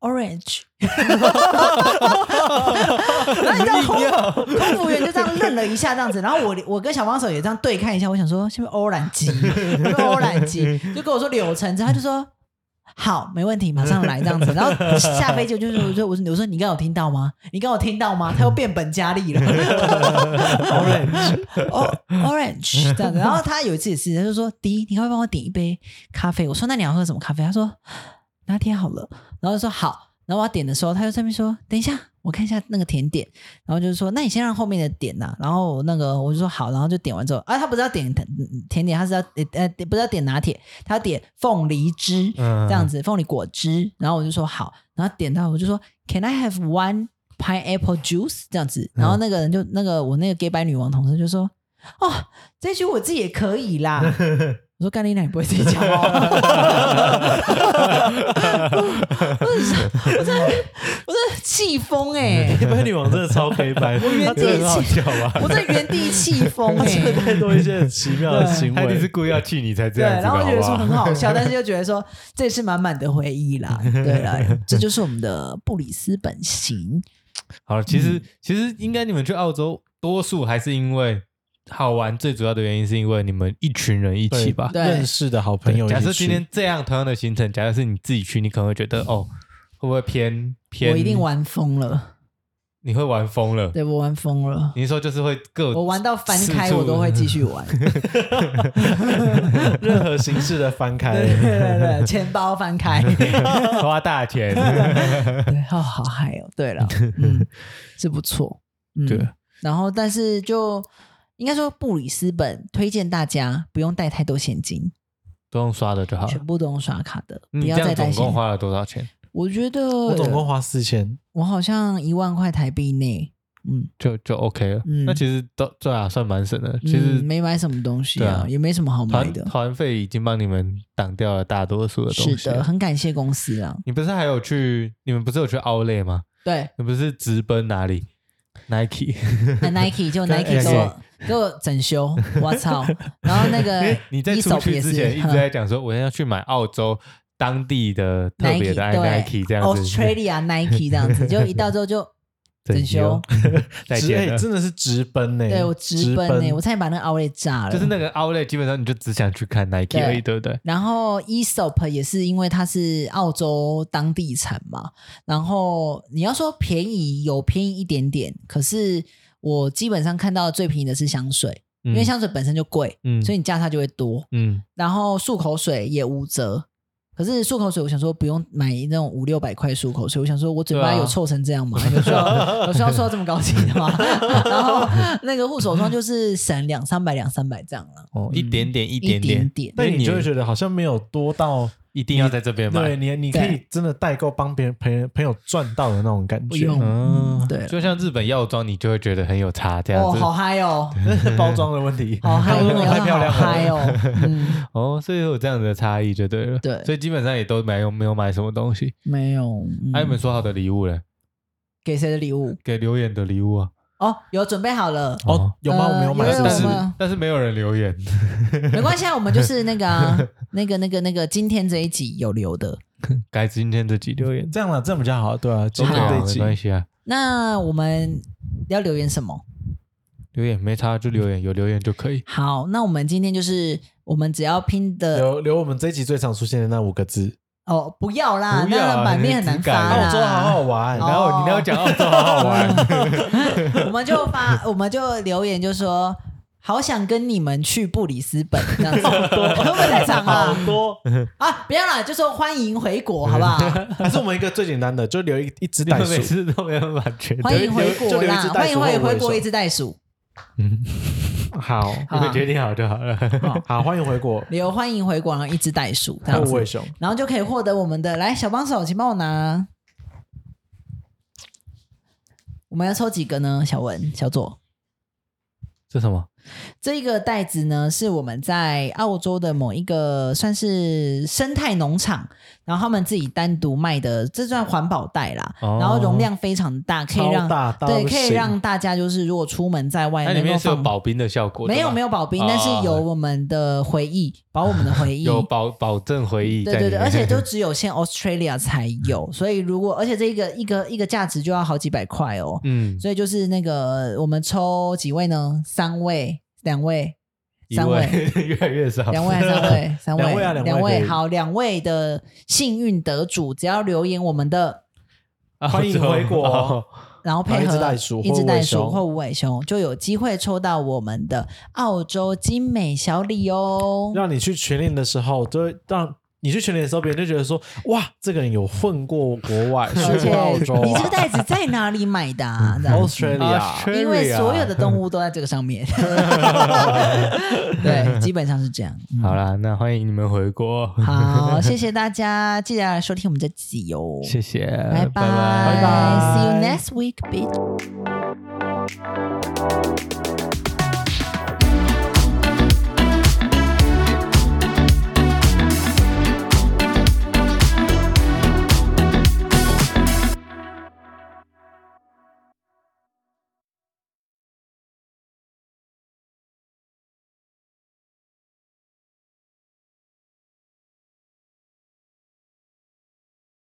Speaker 2: ，orange。然后啊你知道空空服员就这样愣了一下，这样子，然后我我跟小帮手也这样对看一下，我想说是不是欧兰鸡？我说欧兰鸡，就跟我说柳橙汁，他就说好，没问题，马上来这样子。然后下飞机我就说，我说我说我说你刚刚有听到吗？你刚刚有听到吗？他又变本加厉了，orange 哦 orange 这样子。然后他有一次也是，他就说迪，你可不可以帮我点一杯咖啡？我说那你要喝什么咖啡？他说拿铁好了。然后就说好。然后我要点的时候，他就在那边说：“等一下，我看一下那个甜点。”然后就是说，那你先让后面的点呐、然后那个我就说好，然后就点完之后，啊，他不是要点甜嗯甜点，他是要呃呃不是要点拿铁，他要点凤梨汁、
Speaker 3: 嗯
Speaker 2: 这样子，凤梨果汁。然后我就说好，然后点到我就说 Can I have
Speaker 3: 嗯
Speaker 2: one pineapple juice 这样子，然后那个人就那个我那个 gay 白女王同事就说。哦，这句我自己也可以 啦。我说干你奶不会自己讲哦， 我真的我真的我真的气疯哎，
Speaker 1: 黑白女王真的超黑白，
Speaker 2: 原
Speaker 1: 她真的很好
Speaker 2: 地气
Speaker 1: 笑吧？
Speaker 2: 我真的原地气疯
Speaker 1: 她
Speaker 2: 哎、
Speaker 1: 真的太多一些很奇妙的行
Speaker 3: 他一定是
Speaker 1: 为。
Speaker 3: 故意要气你才这
Speaker 2: 对，
Speaker 3: 样子
Speaker 2: 然
Speaker 3: 的，
Speaker 2: 后我觉得
Speaker 3: 好
Speaker 2: 说
Speaker 3: 不
Speaker 2: 很
Speaker 3: 好
Speaker 2: 好笑，但是又觉得说这也是满满的回忆啦。对 了，这就是我们的布里斯本行。
Speaker 3: 好了，其实、其实应该你们去澳洲，多数还是因为好玩，最主要的原因是因为你们一群人一 起吧。
Speaker 2: 对
Speaker 1: 认识的好朋友一起
Speaker 3: 假
Speaker 1: 去，
Speaker 3: 设今天这样同样的行程，假设是你自己去，你可能会觉得哦，会不会偏偏？
Speaker 2: 我一定，玩疯了，
Speaker 3: 你会玩疯了。
Speaker 2: 对我玩疯了，
Speaker 3: 你是说就是会各
Speaker 2: 我玩到翻开
Speaker 3: 四处
Speaker 2: 我都会继续玩。
Speaker 1: 任何形式的翻开
Speaker 2: 对，对对对，钱包翻开，对，
Speaker 3: 花大 钱。
Speaker 2: 哦，好嗨哦。对了，嗯，是不错，嗯，
Speaker 3: 对。
Speaker 2: 然后，但是就应该说，布里斯本推荐大家不用带太多现金，
Speaker 3: 都用刷的就好
Speaker 2: 全
Speaker 3: 了。
Speaker 2: 部都用刷卡的，不
Speaker 3: 你这
Speaker 2: 要
Speaker 3: 样
Speaker 2: 再
Speaker 3: 总
Speaker 2: 带现
Speaker 3: 共
Speaker 2: 金。
Speaker 3: 花了多少钱？
Speaker 2: 我觉得
Speaker 1: 我总共花四千，
Speaker 2: 我好像一万块台币内，嗯，
Speaker 3: 就就 OK 了。
Speaker 2: 嗯
Speaker 3: 那其实都对啊，算蛮省的。其
Speaker 2: 嗯
Speaker 3: 实
Speaker 2: 没买什么东西啊，
Speaker 3: 对啊
Speaker 2: 也没什么好买
Speaker 3: 团
Speaker 2: 的。
Speaker 3: 团费已经帮你们挡掉了大多数的东西。
Speaker 2: 是的，，很感谢公司啊。
Speaker 3: 你不是还有去？你们不是有去 Outlet 吗？
Speaker 2: 对
Speaker 3: 你不是直奔哪里？Nike，
Speaker 2: 那，Nike 就
Speaker 1: 跟
Speaker 2: Nike 给
Speaker 1: Nike
Speaker 2: 我给我整修，我操！然后 那个
Speaker 3: 你在出
Speaker 2: Aesop
Speaker 3: 去
Speaker 2: 呃也
Speaker 3: 之
Speaker 2: 是嗯
Speaker 3: 前一直在讲说，我要去买澳洲当地的特别
Speaker 2: Nike
Speaker 3: 的爱
Speaker 2: 对
Speaker 3: Nike 这样子。
Speaker 2: Australia Nike 这样子，就一到之后就整修，，
Speaker 3: 再
Speaker 1: 直
Speaker 3: 见
Speaker 1: 哎
Speaker 3: 了。
Speaker 1: 真的是直奔呢、
Speaker 2: 对我直奔呢，我差点把那个 Outlet 炸了。
Speaker 3: 就是那个 Outlet，基本上你就只想去看 Nike
Speaker 2: 对
Speaker 3: 而已，对不对？
Speaker 2: 然后 Esop 也是因为它是澳洲当地产嘛，然后你要说便宜有便宜一点点，可是我基本上看到最便宜的是香水，
Speaker 3: 因
Speaker 2: 因为香水本身就贵，
Speaker 3: 嗯
Speaker 2: 所以你价差就会多。
Speaker 3: 嗯
Speaker 2: 然后漱口水也五折，可是漱口水我想说不用买那种五六百块漱口水，我想说我嘴巴
Speaker 3: 对啊
Speaker 2: 有臭成这样吗？有需要有需要臭到这么高级的吗？ 然后那个护手霜就是省两三百两三百这样了，
Speaker 3: 哦，一点点一
Speaker 2: 一
Speaker 3: 点点，
Speaker 2: 点。
Speaker 1: 但
Speaker 3: 因为
Speaker 1: 你就
Speaker 3: 你
Speaker 1: 会觉得好像没有多到，
Speaker 3: 一定要在这边买。
Speaker 1: 对你，你可以真的代购帮别人朋友朋友赚到的那种感
Speaker 2: 不
Speaker 1: 觉，
Speaker 2: 用
Speaker 3: 嗯
Speaker 2: 嗯，对
Speaker 3: 就像日本药妆，你就会觉得很有差这样
Speaker 2: 哦，
Speaker 3: 子。
Speaker 2: 好嗨哦，
Speaker 1: 那是 包装的问题。
Speaker 2: 好嗨，
Speaker 1: 他们都弄 得太漂亮
Speaker 2: 好嗨
Speaker 1: 了。
Speaker 2: 哦，嗯，
Speaker 3: 哦，所以有这样子的差异就对了。
Speaker 2: 对
Speaker 3: 所以基本上也都没有没有买什么东西。
Speaker 2: 没有，嗯
Speaker 3: 哎，你们说好的礼物嘞？
Speaker 2: 给谁的礼物？
Speaker 3: 给留言的礼物啊？
Speaker 2: 哦，有准备好了，
Speaker 1: 哦，有吗？我没有买，
Speaker 2: 呃
Speaker 1: 是
Speaker 2: 有
Speaker 1: 不
Speaker 3: 但
Speaker 1: 是
Speaker 3: 是
Speaker 2: 有？吗
Speaker 3: 但是没有人留言，
Speaker 2: 没关系啊，我们就是那个啊那个那个那个，今天这一集有留的。
Speaker 3: 改今天这集留言。
Speaker 1: 这样了，这样比较好，对啊，今
Speaker 3: 都可以
Speaker 1: 天这
Speaker 3: 啊
Speaker 1: 一
Speaker 3: 没
Speaker 1: 集
Speaker 3: 关系啊，
Speaker 2: 那我们要留言什么？
Speaker 3: 留言没差就留言，有留言就可以。
Speaker 2: 好，那我们今天就是我们只要拼的
Speaker 1: 留留我们这一集最常出现的那五个字。
Speaker 2: 哦，不要啦，
Speaker 3: 不要
Speaker 2: 那
Speaker 3: 啊
Speaker 2: 个版面很难发
Speaker 3: 你
Speaker 2: 啦。
Speaker 1: 澳洲好好
Speaker 2: 哦
Speaker 1: 玩，然
Speaker 3: 然
Speaker 1: 后
Speaker 3: 后你要讲澳洲好好 玩，
Speaker 2: 我们就发，我们就留言就说，好想跟你们去布里斯本这 样子，会不会太长
Speaker 1: 好
Speaker 2: 啊？
Speaker 1: 多，嗯
Speaker 2: 啊，不要啦，就说欢迎回国，好不好？
Speaker 1: 还是我们一个最简单的，就留一一只
Speaker 3: 你
Speaker 1: 袋
Speaker 3: 们每
Speaker 1: 鼠。
Speaker 3: 次都没有版权。
Speaker 2: 欢迎回
Speaker 1: 就
Speaker 2: 国
Speaker 1: 留一
Speaker 2: 啦
Speaker 1: 只，袋
Speaker 2: 欢
Speaker 1: 鼠
Speaker 2: 迎回
Speaker 1: 或者
Speaker 2: 回国
Speaker 1: 尾
Speaker 2: 一只袋鼠，
Speaker 1: 好
Speaker 2: 好
Speaker 3: 你们决定好就好了。
Speaker 2: 好
Speaker 1: 好，欢迎回国，
Speaker 2: 留欢迎回国，然后一只袋鼠这
Speaker 1: 还有
Speaker 2: 样
Speaker 1: 无尾
Speaker 2: 子，
Speaker 1: 熊。
Speaker 2: 然后就可以获得我们的来小帮手，请帮我拿。我们要抽几个呢？小文、小左，
Speaker 3: 这什么？
Speaker 2: 这个袋子呢，是我们在澳洲的某一个算是生态农场，然后他们自己单独卖的，这算环保袋啦。
Speaker 3: 哦
Speaker 2: 然后容量非常大，可以
Speaker 1: 超
Speaker 2: 让
Speaker 1: 大到
Speaker 2: 对，
Speaker 1: 不
Speaker 2: 可以
Speaker 1: 行
Speaker 2: 让大家就是如果出门在外
Speaker 3: 哦那里
Speaker 2: 能够
Speaker 3: 面是有
Speaker 2: 放
Speaker 3: 保冰的效果的吗？
Speaker 2: 哎没有没有保冰，但是
Speaker 3: 哦
Speaker 2: 有我们的回忆，保我们的回 忆。
Speaker 3: 有保保证回忆在
Speaker 2: 对
Speaker 3: 里面。
Speaker 2: 对对，而且 就只有限 Australia 才有，
Speaker 1: 嗯
Speaker 2: 所以如果而且这一个一个一个价值就要好几百块哦，
Speaker 3: 嗯，
Speaker 2: 所以就是那个我们抽几位呢？三位、两位、
Speaker 3: 一
Speaker 2: 三位、
Speaker 3: 位 越来越少，
Speaker 2: 两 位还是三位？三位
Speaker 1: 两位啊两位
Speaker 2: 两
Speaker 1: 可
Speaker 2: 位
Speaker 1: 以
Speaker 2: 好，两位的幸运得主，只要留言我们的，
Speaker 1: 欢迎回国
Speaker 3: 哦
Speaker 2: 然后配
Speaker 1: 然后
Speaker 2: 合
Speaker 1: 一只袋鼠
Speaker 2: 一只
Speaker 1: 或
Speaker 2: 袋
Speaker 1: 尾
Speaker 2: 鼠
Speaker 1: 熊
Speaker 2: 或无尾熊，就有机会抽到我们的澳洲精美小礼哦。
Speaker 1: 让你去群练的时候，就会让你去群练的时候，别人就觉得说，哇，这个人有混过
Speaker 2: 哦
Speaker 1: 国外，
Speaker 2: 而
Speaker 1: 去
Speaker 2: 且
Speaker 1: 过澳洲啊
Speaker 2: 你这个袋子在哪里买的、 啊？这样子
Speaker 1: Australia，
Speaker 3: Australia
Speaker 2: 因为所有的动物都在这个上面。对，基本上是这样。嗯
Speaker 3: 好啦，那欢迎你们回国，
Speaker 2: 好，谢谢大家，记得来收听我们这集哦。
Speaker 3: 谢谢，
Speaker 2: 拜拜
Speaker 3: 拜拜
Speaker 1: 拜
Speaker 2: See you next week, bitch.